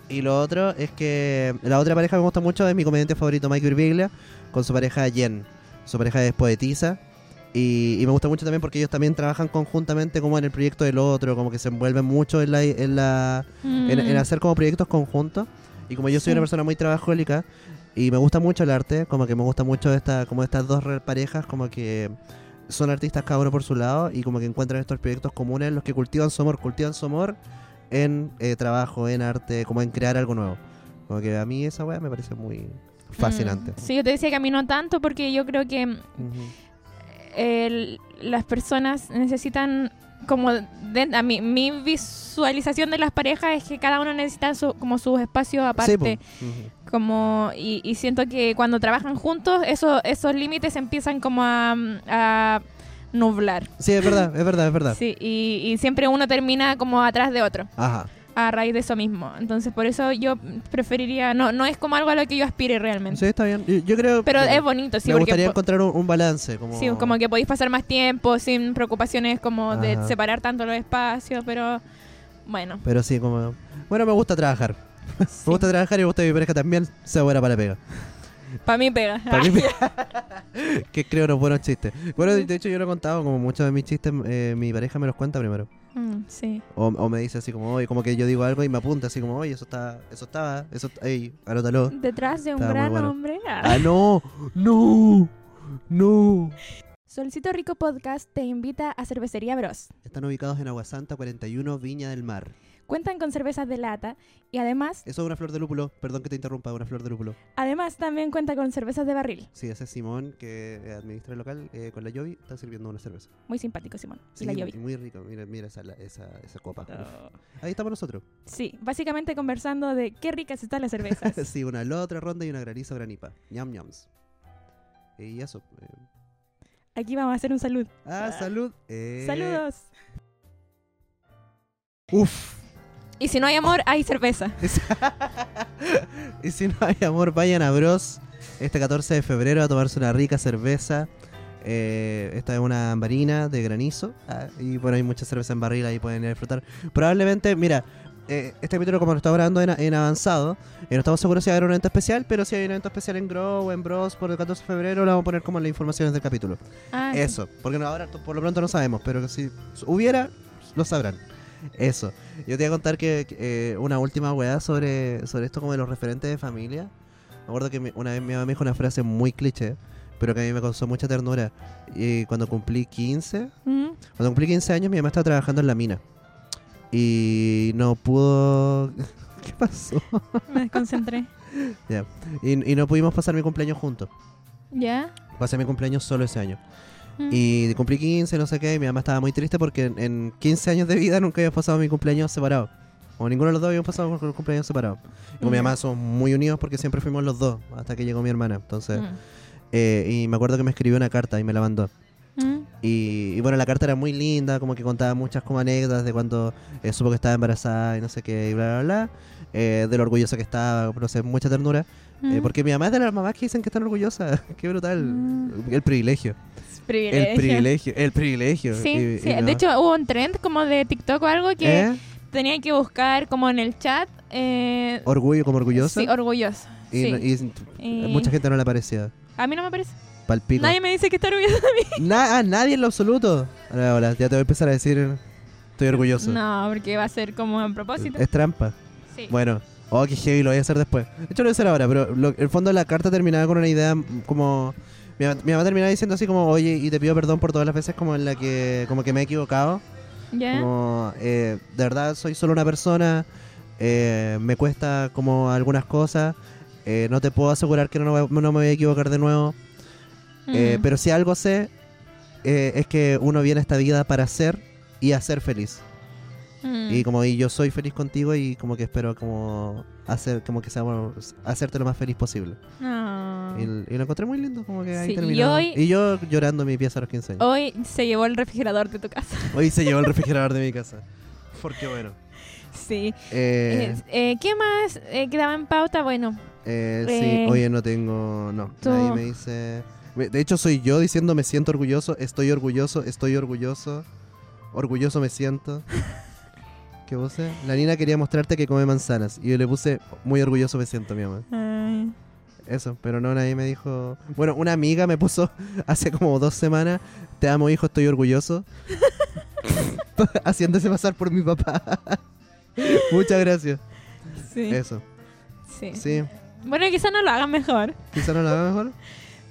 [SPEAKER 1] Y lo otro es que la otra pareja que me gusta mucho es mi comediante favorito Mike Birbiglia con su pareja Jen. Su pareja es poetisa. Y, y me gusta mucho también porque ellos también trabajan conjuntamente como en el proyecto del otro, como que se envuelven mucho en la, en la en, en
[SPEAKER 2] Mm.
[SPEAKER 1] hacer como proyectos conjuntos. Y como yo soy
[SPEAKER 2] Sí.
[SPEAKER 1] una persona muy trabajólica y me gusta mucho el arte, como que me gusta mucho esta, como estas dos re- parejas, como que son artistas cada uno por su lado y como que encuentran estos proyectos comunes en los que cultivan su amor, cultivan su amor en eh, trabajo, en arte, como en crear algo nuevo. Como que a mí esa weá me parece muy fascinante.
[SPEAKER 2] Mm. Sí, yo te decía que a mí no tanto porque yo creo que mm,
[SPEAKER 1] Ujú.
[SPEAKER 2] el- las personas necesitan como de- a mí, mi visualización de las parejas es que cada uno necesita su- como sus espacios
[SPEAKER 1] Sí,
[SPEAKER 2] aparte
[SPEAKER 1] po. Ujú.
[SPEAKER 2] como y, y siento que cuando trabajan juntos eso, esos límites empiezan como a, a nublar
[SPEAKER 1] Sí, es verdad, es verdad, es verdad.
[SPEAKER 2] sí, y, y siempre uno termina como atrás de otro
[SPEAKER 1] Ajá.
[SPEAKER 2] a raíz de eso mismo entonces por eso yo preferiría no no es como algo a lo que yo aspire realmente
[SPEAKER 1] Sí, está bien. Yo, yo creo
[SPEAKER 2] pero
[SPEAKER 1] que
[SPEAKER 2] es bonito sí
[SPEAKER 1] me
[SPEAKER 2] porque
[SPEAKER 1] gustaría
[SPEAKER 2] po-
[SPEAKER 1] encontrar un, un balance. Como...
[SPEAKER 2] Sí, como que podéis pasar más tiempo sin preocupaciones como
[SPEAKER 1] Ajá.
[SPEAKER 2] de separar tanto los espacios, pero bueno.
[SPEAKER 1] Pero sí, como... Bueno, me gusta trabajar.
[SPEAKER 2] sí.
[SPEAKER 1] Me gusta trabajar y me gusta que mi pareja también sea buena para la pega.
[SPEAKER 2] Pa' mí pega.
[SPEAKER 1] Para mí me- que creo unos buenos chistes. Bueno, de hecho yo lo he contado, como muchos de mis chistes, eh, mi pareja me los cuenta primero.
[SPEAKER 2] Mm, sí.
[SPEAKER 1] O, o me dice así como, oye, como que yo digo algo y me apunta así como, oye, eso está, eso estaba, eso, ey, anótalo.
[SPEAKER 2] Detrás de un
[SPEAKER 1] Está muy
[SPEAKER 2] gran
[SPEAKER 1] bueno.
[SPEAKER 2] hombre. ah.
[SPEAKER 1] Ah, no, no, no.
[SPEAKER 2] Solcito Rico Podcast te invita a Cervecería Bros.
[SPEAKER 1] Están ubicados en Aguasanta 41, Viña del Mar.
[SPEAKER 2] Cuentan con cervezas de lata y además,
[SPEAKER 1] Eso es una flor de lúpulo, perdón que te interrumpa, una flor de lúpulo.
[SPEAKER 2] además también cuenta con cervezas de barril.
[SPEAKER 1] Sí, ese es Simón que eh, administra el local eh, con la Yovi, está sirviendo una cerveza.
[SPEAKER 2] Muy simpático, Simón. Y
[SPEAKER 1] Sí,
[SPEAKER 2] la Yovi.
[SPEAKER 1] muy rico, mira, mira esa, la- esa, esa copa. Uf. Ahí estamos nosotros.
[SPEAKER 2] Sí, básicamente conversando de qué ricas están las cervezas.
[SPEAKER 1] Sí, una la otra ronda y una graniza granipa. Ñam ñams. Y eso. eh.
[SPEAKER 2] Aquí vamos a hacer un salud.
[SPEAKER 1] Ah,
[SPEAKER 2] Ah.
[SPEAKER 1] salud. Eh.
[SPEAKER 2] Saludos.
[SPEAKER 1] Uf.
[SPEAKER 2] Y si no hay amor, hay cerveza.
[SPEAKER 1] Es- y si no hay amor, vayan a Bros este 14 de febrero a tomarse una rica cerveza. Eh, esta es una ambarina de granizo. Ah, y bueno, hay mucha cerveza en barril ahí pueden ir a disfrutar. Probablemente, mira, eh, este capítulo como lo estamos grabando en, en avanzado, eh, no estamos seguros si va a haber un evento especial, pero si hay un evento especial en Grow o en Bros por el 14 de febrero, lo vamos a poner como en las informaciones del capítulo.
[SPEAKER 2] Ah, sí.
[SPEAKER 1] Eso, porque no- ahora por lo pronto no sabemos, pero si hubiera, lo sabrán. Eso. Yo te voy a contar que que, eh, una última weá sobre, sobre esto como de los referentes de familia. Me acuerdo que mi- una vez mi mamá me dijo una frase muy cliché, pero que a mí me causó mucha ternura. Y cuando cumplí 15,
[SPEAKER 2] Mm.
[SPEAKER 1] cuando cumplí 15 años mi mamá estaba trabajando en la mina. Y no pudo... ¿Qué pasó?
[SPEAKER 2] Me desconcentré.
[SPEAKER 1] Y, y no pudimos pasar mi cumpleaños juntos.
[SPEAKER 2] ¿Ya?
[SPEAKER 1] Pasé mi cumpleaños solo ese año.
[SPEAKER 2] Mm.
[SPEAKER 1] Y cumplí 15, no sé qué, y mi mamá estaba muy triste porque en, en 15 años de vida nunca había pasado mi cumpleaños separado. O ninguno de los dos habíamos pasado por el cumpleaños separados. Y con mi
[SPEAKER 2] Ya.
[SPEAKER 1] mamá somos muy unidos porque siempre fuimos los dos, hasta que llegó mi hermana. Entonces,
[SPEAKER 2] Mm.
[SPEAKER 1] eh, y me acuerdo que me escribió una carta y me la mandó.
[SPEAKER 2] Mm.
[SPEAKER 1] Y, y bueno, la carta era muy linda, como que contaba muchas como anécdotas de cuando eh, supo que estaba embarazada y no sé qué, y bla, bla, bla. Eh, de lo orgullosa que estaba, no sé, mucha ternura. Eh,
[SPEAKER 2] Mm.
[SPEAKER 1] porque mi mamá es de las mamás que dicen que están orgullosas. qué brutal.
[SPEAKER 2] Mm.
[SPEAKER 1] El privilegio.
[SPEAKER 2] Es
[SPEAKER 1] El privilegio. El privilegio.
[SPEAKER 2] Sí,
[SPEAKER 1] Y- y
[SPEAKER 2] sí.
[SPEAKER 1] mi mamá-
[SPEAKER 2] de hecho hubo un trend como de TikTok o algo que
[SPEAKER 1] ¿Eh?
[SPEAKER 2] tenía que buscar como en el chat. Eh,
[SPEAKER 1] Orgullo como orgullosa.
[SPEAKER 2] Sí, orgulloso.
[SPEAKER 1] y,
[SPEAKER 2] sí.
[SPEAKER 1] no- y-
[SPEAKER 2] Y-
[SPEAKER 1] mucha gente no le parecía.
[SPEAKER 2] A mí no me parece.
[SPEAKER 1] Palpico.
[SPEAKER 2] Nadie me dice que está orgulloso de mí.
[SPEAKER 1] Na- ah, nadie en lo absoluto. Hola, hola, ya te voy a empezar a decir. Estoy orgulloso.
[SPEAKER 2] No, porque va a ser como en propósito.
[SPEAKER 1] es trampa.
[SPEAKER 2] Sí.
[SPEAKER 1] Eh, Bueno, oh, qué heavy, lo voy a hacer después. De hecho, lo voy a hacer ahora, pero lo- el fondo de la carta terminaba con una idea mm, como. Mi, ma- mi mamá terminaba diciendo así como, oye, y te pido perdón por todas las veces como en la que, como que me he equivocado.
[SPEAKER 2] ¿Ya?
[SPEAKER 1] Como, eh, de verdad, soy solo una persona, eh, me cuesta como algunas cosas, eh, no te puedo asegurar que no, no me voy a equivocar de nuevo, eh,
[SPEAKER 2] Mm.
[SPEAKER 1] pero si algo sé, eh, es que uno viene a esta vida para ser y a ser feliz.
[SPEAKER 2] Mm.
[SPEAKER 1] Y como y yo soy feliz contigo y como que espero como hacer como que seamos hacerte lo más feliz posible.
[SPEAKER 2] No.
[SPEAKER 1] Y, y lo encontré muy lindo, como que ahí
[SPEAKER 2] Ah. Sí, y
[SPEAKER 1] terminó.
[SPEAKER 2] hoy-
[SPEAKER 1] Y yo llorando en mi pieza a los 15 años.
[SPEAKER 2] Hoy se llevó el refrigerador de tu casa.
[SPEAKER 1] Hoy se llevó el refrigerador de mi casa. Porque bueno.
[SPEAKER 2] Sí.
[SPEAKER 1] Eh,
[SPEAKER 2] Es- eh, ¿Qué más eh, quedaba en pauta? Bueno,
[SPEAKER 1] eh,
[SPEAKER 2] eh,
[SPEAKER 1] sí, oye no tengo. No.
[SPEAKER 2] tú-
[SPEAKER 1] Nadie me dice. De hecho soy yo diciendo me siento orgulloso, estoy orgulloso, estoy orgulloso, orgulloso me siento. ¿Qué puse? La nina quería mostrarte que come manzanas. Y yo le puse muy orgulloso me siento, mi mamá.
[SPEAKER 2] ay,
[SPEAKER 1] Eso, pero no, nadie me dijo. Bueno, una amiga me puso hace como dos semanas: Te amo, hijo, estoy orgulloso. Haciéndose pasar por mi papá. Muchas gracias.
[SPEAKER 2] sí,
[SPEAKER 1] Eso,
[SPEAKER 2] sí.
[SPEAKER 1] sí.
[SPEAKER 2] Bueno, quizás no lo hagan mejor.
[SPEAKER 1] Quizá no la haga mejor.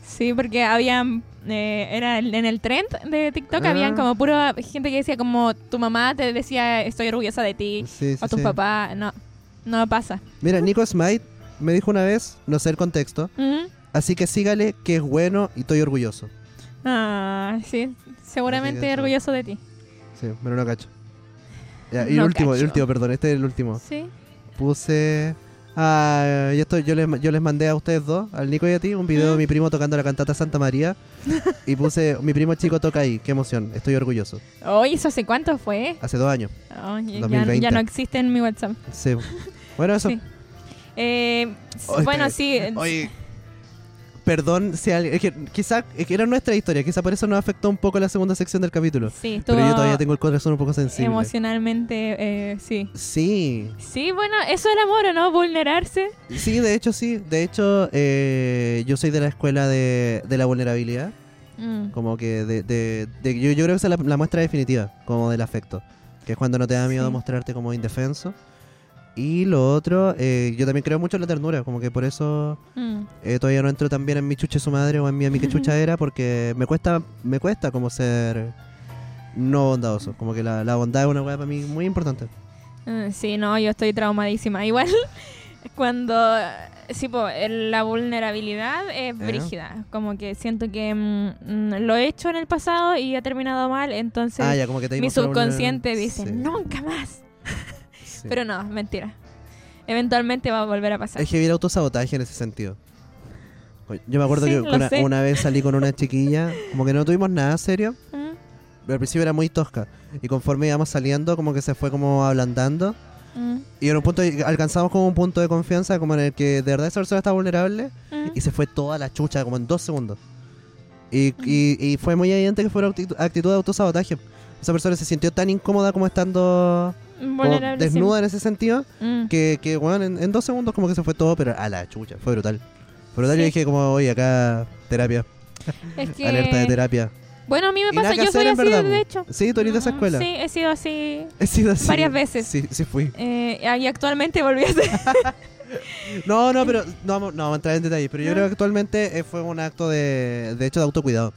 [SPEAKER 2] Sí, porque habían. eh, era el- en el trend de TikTok,
[SPEAKER 1] Ah.
[SPEAKER 2] habían como puro gente que decía, como tu mamá te decía, estoy orgullosa de ti,
[SPEAKER 1] Sí, sí,
[SPEAKER 2] o tus
[SPEAKER 1] sí.
[SPEAKER 2] papás. No, no pasa.
[SPEAKER 1] Mira, Nico Smite me dijo una vez: No sé el contexto.
[SPEAKER 2] Ujú.
[SPEAKER 1] Así que sígale que es bueno y estoy orgulloso.
[SPEAKER 2] Ah, sí,
[SPEAKER 1] Así que
[SPEAKER 2] seguramente
[SPEAKER 1] eso.
[SPEAKER 2] orgulloso de ti.
[SPEAKER 1] Sí, pero no cacho. Ya, y el
[SPEAKER 2] No
[SPEAKER 1] último, el
[SPEAKER 2] cacho.
[SPEAKER 1] último, perdón, este es el último.
[SPEAKER 2] Sí.
[SPEAKER 1] puse. Ah, y esto yo les, yo les mandé a ustedes dos, al Nico y a ti, un video de mi primo tocando la cantata Santa María. y puse, mi primo chico toca ahí, qué emoción, estoy orgulloso.
[SPEAKER 2] Hoy, ¿eso hace cuánto fue?
[SPEAKER 1] Hace dos años.
[SPEAKER 2] Oh, ya- ya,
[SPEAKER 1] 2020.
[SPEAKER 2] ya no existe en mi WhatsApp.
[SPEAKER 1] Sí. Bueno, eso.
[SPEAKER 2] Sí. Eh, s-
[SPEAKER 1] Oye,
[SPEAKER 2] bueno,
[SPEAKER 1] espera.
[SPEAKER 2] sí. eh,
[SPEAKER 1] Oye, perdón si alguien. Es que quizá es que era nuestra historia, quizá por eso nos afectó un poco la segunda sección del capítulo.
[SPEAKER 2] Sí, estuvo
[SPEAKER 1] Pero yo todavía tengo el corazón un poco sensible.
[SPEAKER 2] emocionalmente, eh, sí.
[SPEAKER 1] Sí,
[SPEAKER 2] Sí, bueno, eso es el amor, ¿o no? Vulnerarse.
[SPEAKER 1] sí, de hecho sí. De hecho, eh, yo soy de la escuela de- de la vulnerabilidad.
[SPEAKER 2] Mm.
[SPEAKER 1] Como que de, de- de- yo, yo creo que esa es la, la muestra definitiva, como del afecto. Que es cuando no te da miedo
[SPEAKER 2] Sí.
[SPEAKER 1] mostrarte como indefenso. Y lo otro, eh, yo también creo mucho en la ternura, como que por eso
[SPEAKER 2] Mm.
[SPEAKER 1] eh, todavía no entro tan bien en mi chuche su madre o en mi amiga chucha era, porque me cuesta, me cuesta como ser no bondadoso. Como que la, la bondad es una weá para mí muy importante.
[SPEAKER 2] Ah, Sí, no, yo estoy traumadísima. Igual, cuando. Sí, po, eh, la vulnerabilidad es brígida. Como que siento que mm, mm, lo he hecho en el pasado y ha terminado mal, entonces
[SPEAKER 1] ah, ya, como que te
[SPEAKER 2] mi
[SPEAKER 1] dimos la
[SPEAKER 2] subconsciente
[SPEAKER 1] vulnerabilidad. Sí,
[SPEAKER 2] dice: nunca más.
[SPEAKER 1] sí.
[SPEAKER 2] Pero no, mentira. Eventualmente va a volver a pasar.
[SPEAKER 1] Es que vi el autosabotaje en ese sentido. Yo me acuerdo
[SPEAKER 2] Sí,
[SPEAKER 1] que
[SPEAKER 2] lo
[SPEAKER 1] una,
[SPEAKER 2] sé.
[SPEAKER 1] una vez salí con una chiquilla, como que no tuvimos nada serio,
[SPEAKER 2] Mm,
[SPEAKER 1] pero al principio era muy tosca. Y conforme íbamos saliendo, como que se fue como ablandando.
[SPEAKER 2] mm,
[SPEAKER 1] Y en un punto alcanzamos como un punto de confianza, como en el que de verdad esa persona está vulnerable,
[SPEAKER 2] mm.
[SPEAKER 1] y se fue toda la chucha, como en dos segundos. Y, y- y fue muy evidente que fue una actitud, actitud de autosabotaje. Esa persona se sintió tan incómoda como estando como
[SPEAKER 2] Vulnerable, sí.
[SPEAKER 1] desnuda en ese sentido,
[SPEAKER 2] Mm.
[SPEAKER 1] que, que bueno, en, en dos segundos como que se fue todo, pero a la chucha, fue brutal. Fue brutal,
[SPEAKER 2] Sí.
[SPEAKER 1] yo dije como, oye, acá terapia,
[SPEAKER 2] Es que-
[SPEAKER 1] alerta de terapia.
[SPEAKER 2] Bueno, a mí me
[SPEAKER 1] Y nada
[SPEAKER 2] pasa,
[SPEAKER 1] que
[SPEAKER 2] yo soy
[SPEAKER 1] hacer, en
[SPEAKER 2] así
[SPEAKER 1] verdad,
[SPEAKER 2] de
[SPEAKER 1] po.
[SPEAKER 2] hecho. Ah, Mm,
[SPEAKER 1] Sí, tú eres de esa escuela.
[SPEAKER 2] Sí, he sido así.
[SPEAKER 1] He sido así.
[SPEAKER 2] Varias veces.
[SPEAKER 1] Sí, sí fui.
[SPEAKER 2] eh, y actualmente volví a ser.
[SPEAKER 1] No, no, pero no vamos, no vamos a entrar en detalles, pero yo
[SPEAKER 2] No.
[SPEAKER 1] creo que actualmente eh, fue un acto de, de hecho de autocuidado.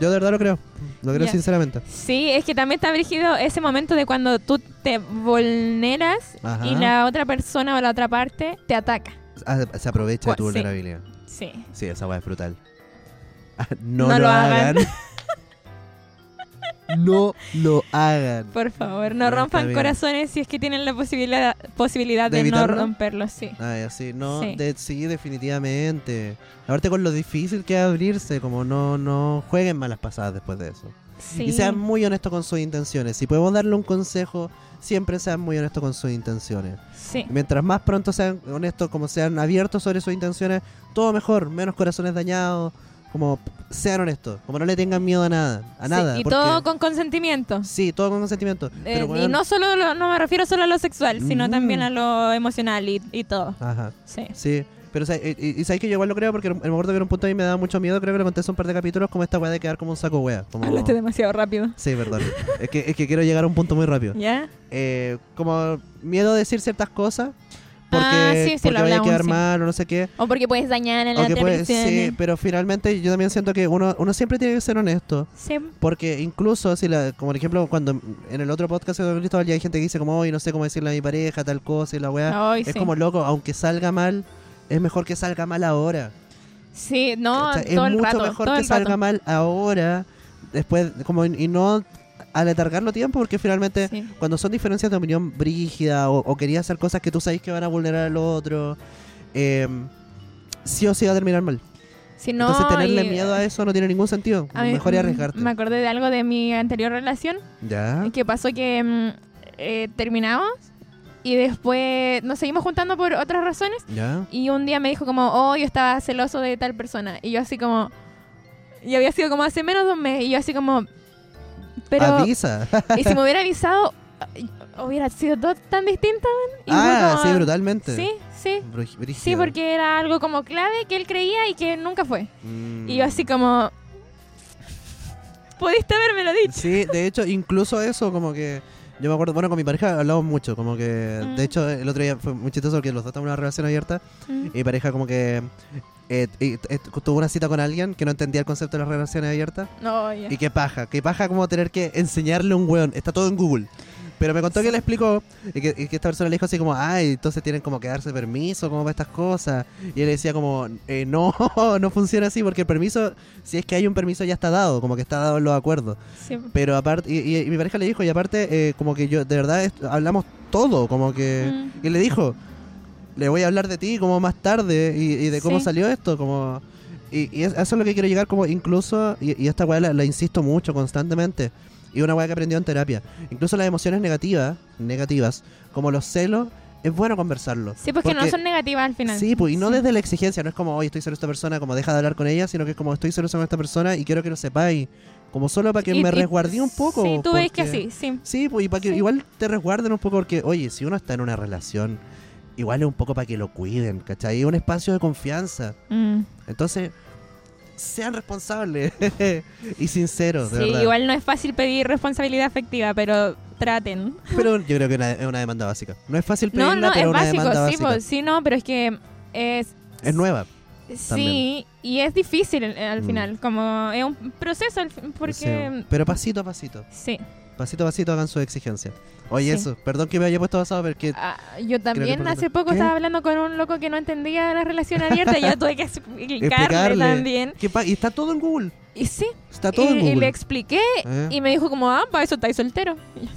[SPEAKER 1] Yo de verdad lo creo, lo creo
[SPEAKER 2] Ya.
[SPEAKER 1] sinceramente.
[SPEAKER 2] Sí, es que también está brígido ese momento de cuando tú te vulneras
[SPEAKER 1] Ajá.
[SPEAKER 2] y la otra persona o la otra parte te ataca.
[SPEAKER 1] Ah, se aprovecha de tu
[SPEAKER 2] Cu- sí.
[SPEAKER 1] vulnerabilidad.
[SPEAKER 2] Sí.
[SPEAKER 1] Sí, esa weá es brutal. Ah, No,
[SPEAKER 2] No
[SPEAKER 1] lo,
[SPEAKER 2] lo
[SPEAKER 1] hagan.
[SPEAKER 2] hagan.
[SPEAKER 1] No lo hagan.
[SPEAKER 2] Por favor,
[SPEAKER 1] Ya,
[SPEAKER 2] no
[SPEAKER 1] está
[SPEAKER 2] rompan
[SPEAKER 1] bien.
[SPEAKER 2] corazones si es que tienen la posibilidad, posibilidad
[SPEAKER 1] ¿De
[SPEAKER 2] de, no
[SPEAKER 1] evitarlo?
[SPEAKER 2] romperlos, sí.
[SPEAKER 1] Ay, así, no,
[SPEAKER 2] Sí.
[SPEAKER 1] de- sí, definitivamente. Aparte con lo difícil que es abrirse, como no, no jueguen malas pasadas después de eso.
[SPEAKER 2] sí.
[SPEAKER 1] Y sean muy honestos con sus intenciones. Si podemos darle un consejo, siempre sean muy honestos con sus intenciones.
[SPEAKER 2] sí.
[SPEAKER 1] Mientras más pronto sean honestos, como sean abiertos sobre sus intenciones, todo mejor, menos corazones dañados, como p- sean honestos, como no le tengan miedo a nada, a
[SPEAKER 2] Sí,
[SPEAKER 1] nada.
[SPEAKER 2] Y
[SPEAKER 1] porque-
[SPEAKER 2] todo con consentimiento.
[SPEAKER 1] Sí, todo con consentimiento.
[SPEAKER 2] Eh,
[SPEAKER 1] Pero,
[SPEAKER 2] y
[SPEAKER 1] weón,
[SPEAKER 2] no solo lo- no me refiero solo a lo sexual, sino
[SPEAKER 1] Mm.
[SPEAKER 2] también a lo emocional y, y todo.
[SPEAKER 1] Ajá,
[SPEAKER 2] Sí.
[SPEAKER 1] sí. Pero, o sea, y, y- y sabes que yo igual lo creo porque el momento que era un punto a mí me daba mucho miedo, creo que lo conté hace un par de capítulos, como esta weá de quedar como un saco wea. Como...
[SPEAKER 2] Hablaste demasiado rápido.
[SPEAKER 1] Sí, perdón. es, que, es que quiero llegar a un punto muy rápido.
[SPEAKER 2] ¿Ya?
[SPEAKER 1] eh, como miedo a decir ciertas cosas porque,
[SPEAKER 2] Ah, sí, sí,
[SPEAKER 1] porque
[SPEAKER 2] lo
[SPEAKER 1] vaya a
[SPEAKER 2] hablamos,
[SPEAKER 1] quedar
[SPEAKER 2] sí.
[SPEAKER 1] mal o no sé qué.
[SPEAKER 2] O porque puedes dañar a la
[SPEAKER 1] O que
[SPEAKER 2] otra
[SPEAKER 1] puede-
[SPEAKER 2] persona.
[SPEAKER 1] pues, sí, pero finalmente yo también siento que uno, uno siempre tiene que ser honesto.
[SPEAKER 2] Sí.
[SPEAKER 1] Porque incluso, si la, como por ejemplo, cuando en el otro podcast de Don Cristóbal ya hay gente que dice como, hoy no sé cómo decirle a mi pareja tal cosa y la weá.
[SPEAKER 2] Ay,
[SPEAKER 1] es
[SPEAKER 2] sí.
[SPEAKER 1] como loco, aunque salga mal, es mejor que salga mal ahora.
[SPEAKER 2] Sí, no,
[SPEAKER 1] ¿Cachai?
[SPEAKER 2] todo
[SPEAKER 1] es
[SPEAKER 2] el
[SPEAKER 1] mucho
[SPEAKER 2] rato.
[SPEAKER 1] mejor
[SPEAKER 2] todo
[SPEAKER 1] que
[SPEAKER 2] el rato.
[SPEAKER 1] salga mal ahora, después, como y no aletargarlo tiempo, porque finalmente
[SPEAKER 2] Sí.
[SPEAKER 1] cuando son diferencias de opinión brígida o, o querías hacer cosas que tú sabes que van a vulnerar al otro, eh, sí o sí va a terminar mal.
[SPEAKER 2] Si no,
[SPEAKER 1] Entonces tenerle
[SPEAKER 2] y- eh,
[SPEAKER 1] miedo a eso no tiene ningún sentido.
[SPEAKER 2] a mí-
[SPEAKER 1] Mejor es arriesgarte. Ah.
[SPEAKER 2] Me acordé de algo de mi anterior relación
[SPEAKER 1] Ya.
[SPEAKER 2] que pasó que mm, eh, terminamos y después nos seguimos juntando por otras razones.
[SPEAKER 1] Ya.
[SPEAKER 2] Y un día me dijo como, oh, yo estaba celoso de tal persona. Y yo así como... Y había sido como hace menos de un mes. Y yo así como... Pero...
[SPEAKER 1] Avisa.
[SPEAKER 2] Y si me hubiera avisado, hubiera sido todo tan distinto. man. Y
[SPEAKER 1] ah,
[SPEAKER 2] fue
[SPEAKER 1] sí,
[SPEAKER 2] como-
[SPEAKER 1] brutalmente.
[SPEAKER 2] Sí, sí.
[SPEAKER 1] Bru- brígido.
[SPEAKER 2] Sí, porque era algo como clave que él creía y que nunca fue.
[SPEAKER 1] Mm.
[SPEAKER 2] Y yo así como... Pudiste haberme lo dicho.
[SPEAKER 1] Sí, de hecho, incluso eso, como que. Yo me acuerdo, bueno, con mi pareja hablamos mucho, como que.
[SPEAKER 2] Mm.
[SPEAKER 1] De hecho, el otro día fue muy chistoso porque los dos estamos en una relación abierta.
[SPEAKER 2] Mm.
[SPEAKER 1] Y mi pareja, como que. eh, eh, eh, tuvo una cita con alguien que no entendía el concepto de las relaciones abiertas.
[SPEAKER 2] No, ya.
[SPEAKER 1] Y qué paja, qué paja como tener que enseñarle a un weón. Está todo en Google. Pero me contó que le explicó y que, y que esta persona le dijo así como, ay, entonces tienen como que darse permiso como para estas cosas. Y él decía como, "Eh, no, no funciona así porque el permiso, si es que hay un permiso ya está dado, como que está dado en los acuerdos.
[SPEAKER 2] Sí.
[SPEAKER 1] Pero aparte, y, y- y mi pareja le dijo, y aparte, eh, como que yo, de verdad, est- hablamos todo, como que...
[SPEAKER 2] Mm.
[SPEAKER 1] Y le dijo, le voy a hablar de ti como más tarde y, y de cómo
[SPEAKER 2] Sí.
[SPEAKER 1] salió esto, como... Y, y es- eso es lo que quiero llegar, como incluso, y, y esta weá la, la insisto mucho constantemente, y una weá que aprendió en terapia, incluso las emociones negativas, negativas, como los celos, es bueno conversarlo.
[SPEAKER 2] Sí, porque, no son negativas al final.
[SPEAKER 1] Sí, pues, y no
[SPEAKER 2] Sí.
[SPEAKER 1] desde la exigencia, no es como, hoy estoy celoso con esta persona, como deja de hablar con ella, sino que es como, estoy celoso con esta persona y quiero que lo sepáis. Como solo para que
[SPEAKER 2] Y-
[SPEAKER 1] me
[SPEAKER 2] y-
[SPEAKER 1] resguardé un poco.
[SPEAKER 2] Sí, tú ves que
[SPEAKER 1] porque-
[SPEAKER 2] así, sí.
[SPEAKER 1] Sí, pues, y para que
[SPEAKER 2] Sí.
[SPEAKER 1] igual te resguarden un poco, porque, oye, si uno está en una relación, igual es un poco para que lo cuiden, ¿cachai? Es un espacio de confianza.
[SPEAKER 2] Mm.
[SPEAKER 1] Entonces, sean responsables y sinceros, de
[SPEAKER 2] Sí,
[SPEAKER 1] verdad.
[SPEAKER 2] igual no es fácil pedir responsabilidad afectiva, pero traten.
[SPEAKER 1] Pero yo creo que una- es una demanda básica. No es fácil
[SPEAKER 2] No,
[SPEAKER 1] pedirla,
[SPEAKER 2] no,
[SPEAKER 1] pero
[SPEAKER 2] es
[SPEAKER 1] una
[SPEAKER 2] básico,
[SPEAKER 1] demanda
[SPEAKER 2] sí,
[SPEAKER 1] básica.
[SPEAKER 2] pues, sí, no, pero es que es
[SPEAKER 1] Es nueva. También.
[SPEAKER 2] sí y es difícil eh, al
[SPEAKER 1] Mm.
[SPEAKER 2] final, como es un proceso al fin-
[SPEAKER 1] sí.
[SPEAKER 2] porque
[SPEAKER 1] Pero pasito a pasito.
[SPEAKER 2] sí,
[SPEAKER 1] Pasito a pasito hagan sus exigencias. Oye,
[SPEAKER 2] Sí.
[SPEAKER 1] eso, perdón que me haya puesto basado, pero es que
[SPEAKER 2] Ah, yo también
[SPEAKER 1] por-
[SPEAKER 2] hace poco
[SPEAKER 1] ¿Qué?
[SPEAKER 2] estaba hablando con un loco que no entendía la relación abierta y yo tuve que explicarle
[SPEAKER 1] explicarle.
[SPEAKER 2] también
[SPEAKER 1] que pa- y está todo en Google.
[SPEAKER 2] y sí
[SPEAKER 1] Está todo en
[SPEAKER 2] y, y
[SPEAKER 1] Google.
[SPEAKER 2] le expliqué
[SPEAKER 1] ¿Eh?
[SPEAKER 2] y me dijo como ah para eso estáis soltero Y yo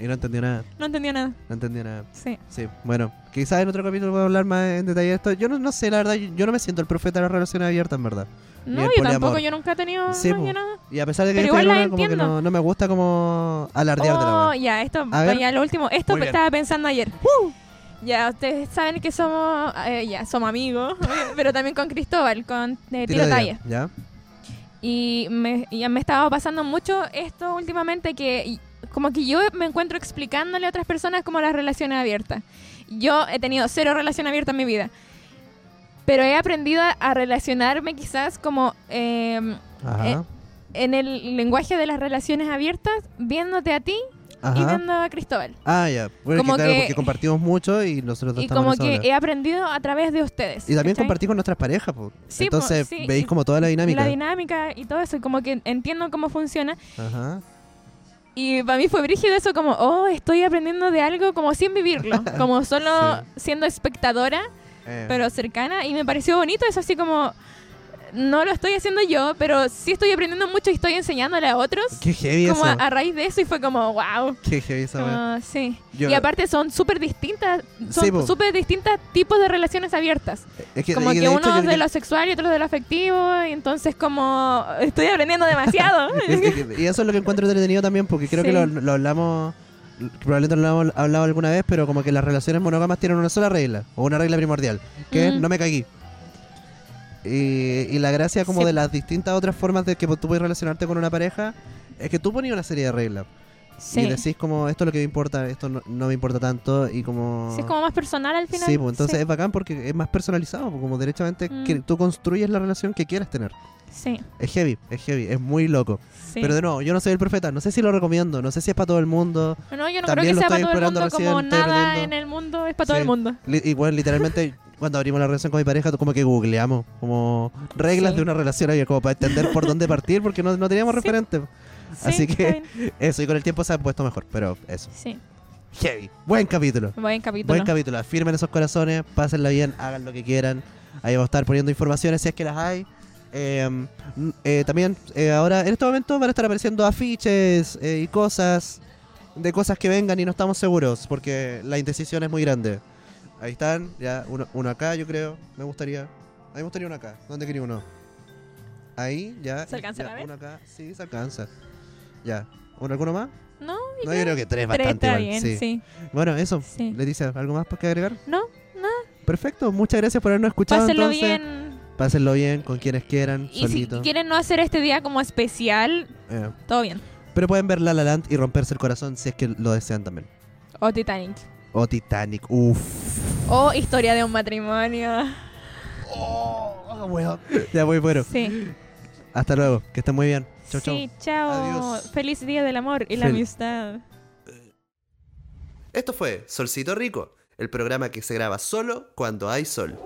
[SPEAKER 1] y no entendió nada.
[SPEAKER 2] no entendía nada
[SPEAKER 1] No entendió nada.
[SPEAKER 2] sí
[SPEAKER 1] Sí, bueno, quizás en otro capítulo puedo hablar más en detalle de esto. Yo no, no sé, la verdad, yo yo no me siento el profeta de las relaciones abiertas, en verdad.
[SPEAKER 2] no
[SPEAKER 1] el
[SPEAKER 2] yo
[SPEAKER 1] poliamor.
[SPEAKER 2] tampoco yo nunca he tenido
[SPEAKER 1] Sí,
[SPEAKER 2] novio,
[SPEAKER 1] po.
[SPEAKER 2] nada
[SPEAKER 1] Y a pesar de que
[SPEAKER 2] Pero
[SPEAKER 1] yo estoy en
[SPEAKER 2] igual la
[SPEAKER 1] una, como que
[SPEAKER 2] entiendo.
[SPEAKER 1] no, no me gusta como alardear de la
[SPEAKER 2] Oh,
[SPEAKER 1] wea.
[SPEAKER 2] ya, esto
[SPEAKER 1] A ver.
[SPEAKER 2] ya lo último. Esto
[SPEAKER 1] Muy bien.
[SPEAKER 2] estaba pensando ayer. Ya, ustedes saben que somos, eh, ya, somos amigos, pero también con Cristóbal, con eh,
[SPEAKER 1] Tiro
[SPEAKER 2] Tiro
[SPEAKER 1] de
[SPEAKER 2] Talla.
[SPEAKER 1] día, ¿Ya?
[SPEAKER 2] Y me, y me estaba pasando mucho esto últimamente que y- como que yo me encuentro explicándole a otras personas como las relaciones abiertas. Yo he tenido cero relación abierta en mi vida, pero he aprendido a, a relacionarme quizás como... em,
[SPEAKER 1] Ajá.
[SPEAKER 2] en el lenguaje de las relaciones abiertas, viéndote a ti y
[SPEAKER 1] ajá.
[SPEAKER 2] viendo a Cristóbal.
[SPEAKER 1] Ah, ya. Bueno, es que,
[SPEAKER 2] como
[SPEAKER 1] claro,
[SPEAKER 2] que-
[SPEAKER 1] porque compartimos mucho y nosotros dos
[SPEAKER 2] Y
[SPEAKER 1] estamos
[SPEAKER 2] como
[SPEAKER 1] en esa
[SPEAKER 2] que
[SPEAKER 1] ola.
[SPEAKER 2] he aprendido a través de ustedes.
[SPEAKER 1] Y también
[SPEAKER 2] ¿cachai?
[SPEAKER 1] compartís con nuestras parejas, po.
[SPEAKER 2] Sí, po,
[SPEAKER 1] Entonces
[SPEAKER 2] sí,
[SPEAKER 1] veis
[SPEAKER 2] y-
[SPEAKER 1] como toda la dinámica.
[SPEAKER 2] La dinámica y todo eso, y como que entiendo cómo funciona.
[SPEAKER 1] Ajá.
[SPEAKER 2] Y para mí fue brígido eso como, oh, estoy aprendiendo de algo como sin vivirlo, como solo
[SPEAKER 1] Sí.
[SPEAKER 2] siendo espectadora,
[SPEAKER 1] Eh,
[SPEAKER 2] pero cercana. Y me pareció bonito eso así como, no lo estoy haciendo yo, pero sí estoy aprendiendo mucho y estoy enseñándole a otros.
[SPEAKER 1] Qué heavy
[SPEAKER 2] como a,
[SPEAKER 1] eso.
[SPEAKER 2] a raíz de eso y fue como, wow.
[SPEAKER 1] Qué heavy esa wea.
[SPEAKER 2] Como, sí.
[SPEAKER 1] Yo-
[SPEAKER 2] y aparte son súper distintas,
[SPEAKER 1] Sí, po.
[SPEAKER 2] son súper distintas tipos de relaciones abiertas.
[SPEAKER 1] Es que,
[SPEAKER 2] Como
[SPEAKER 1] es
[SPEAKER 2] que
[SPEAKER 1] de hecho,
[SPEAKER 2] uno
[SPEAKER 1] yo-
[SPEAKER 2] es de lo sexual y otro es de lo afectivo, y entonces como estoy aprendiendo demasiado.
[SPEAKER 1] Es que- y eso es lo que encuentro entretenido también, porque creo que
[SPEAKER 2] Sí.
[SPEAKER 1] lo, lo hablamos, probablemente lo hemos hablado alguna vez, pero como que las relaciones monógamas tienen una sola regla, o una regla primordial, que es
[SPEAKER 2] Mm.
[SPEAKER 1] no me cagué. Y, y la gracia como
[SPEAKER 2] Sí.
[SPEAKER 1] de las distintas otras formas de que tú puedes relacionarte con una pareja es que tú ponías una serie de reglas
[SPEAKER 2] sí.
[SPEAKER 1] y decís como esto es lo que me importa, esto no, no me importa tanto y como...
[SPEAKER 2] Sí, es como más personal al final.
[SPEAKER 1] Sí, pues, entonces
[SPEAKER 2] Sí.
[SPEAKER 1] es bacán porque es más personalizado, pues, como derechamente
[SPEAKER 2] Mm.
[SPEAKER 1] que tú construyes la relación que quieras tener.
[SPEAKER 2] Sí,
[SPEAKER 1] Es heavy, es heavy, es muy loco.
[SPEAKER 2] sí.
[SPEAKER 1] Pero de nuevo, yo no soy el profeta, no sé si lo recomiendo, no sé si es para todo el mundo.
[SPEAKER 2] no, yo no creo
[SPEAKER 1] también
[SPEAKER 2] que
[SPEAKER 1] lo
[SPEAKER 2] sea para
[SPEAKER 1] estoy
[SPEAKER 2] todo el
[SPEAKER 1] explorando
[SPEAKER 2] mundo, como
[SPEAKER 1] recién, estoy
[SPEAKER 2] nada
[SPEAKER 1] aprendiendo.
[SPEAKER 2] en el mundo es para todo
[SPEAKER 1] Sí.
[SPEAKER 2] el mundo.
[SPEAKER 1] Li- y bueno, literalmente cuando abrimos la relación con mi pareja, como que googleamos como reglas
[SPEAKER 2] Sí.
[SPEAKER 1] de una relación había como para entender por dónde partir porque no, no teníamos
[SPEAKER 2] Sí.
[SPEAKER 1] referente.
[SPEAKER 2] Sí,
[SPEAKER 1] Así
[SPEAKER 2] está
[SPEAKER 1] que-
[SPEAKER 2] bien.
[SPEAKER 1] Eso, y con el tiempo se ha puesto mejor, pero eso.
[SPEAKER 2] Sí,
[SPEAKER 1] Heavy. Buen capítulo.
[SPEAKER 2] buen capítulo.
[SPEAKER 1] Buen capítulo. Afirmen esos corazones, pásenla bien, hagan lo que quieran. Ahí vamos a estar poniendo informaciones si es que las hay. Eh, mm, eh, también eh, ahora en este momento van a estar apareciendo afiches eh, y cosas de cosas que vengan y no estamos seguros porque la indecisión es muy grande. Ahí están, ya uno, uno acá yo creo, me gustaría. A mí me gustaría uno acá. ¿Dónde quería uno? Ahí, ya.
[SPEAKER 2] ¿Se alcanzan
[SPEAKER 1] ya,
[SPEAKER 2] a ver?
[SPEAKER 1] Uno acá, sí, se alcanza. Ya. ¿Uno, ¿Alguno más?
[SPEAKER 2] No, yo
[SPEAKER 1] No, yo creo que tres,
[SPEAKER 2] tres
[SPEAKER 1] bastante.
[SPEAKER 2] está
[SPEAKER 1] igual,
[SPEAKER 2] bien,
[SPEAKER 1] sí.
[SPEAKER 2] sí.
[SPEAKER 1] Bueno, eso.
[SPEAKER 2] Sí.
[SPEAKER 1] Leticia, ¿algo más que agregar?
[SPEAKER 2] No, nada.
[SPEAKER 1] Perfecto, muchas gracias por habernos escuchado.
[SPEAKER 2] Pásenlo
[SPEAKER 1] entonces.
[SPEAKER 2] bien.
[SPEAKER 1] Pásenlo bien con quienes quieran,
[SPEAKER 2] Y
[SPEAKER 1] solito.
[SPEAKER 2] si quieren no hacer este día como especial,
[SPEAKER 1] Eh,
[SPEAKER 2] todo bien.
[SPEAKER 1] Pero pueden ver La La Land y romperse el corazón si es que lo desean también.
[SPEAKER 2] O Titanic.
[SPEAKER 1] O Titanic, uff.
[SPEAKER 2] O historia de un matrimonio.
[SPEAKER 1] Oh, Ya muy bueno.
[SPEAKER 2] sí.
[SPEAKER 1] Hasta luego, que estén muy bien. Chau, chau.
[SPEAKER 2] Sí, chao.
[SPEAKER 1] Adiós.
[SPEAKER 2] Feliz día del amor y la
[SPEAKER 1] Fel-
[SPEAKER 2] amistad.
[SPEAKER 1] Esto fue Solcito Rico, el programa que se graba solo cuando hay sol.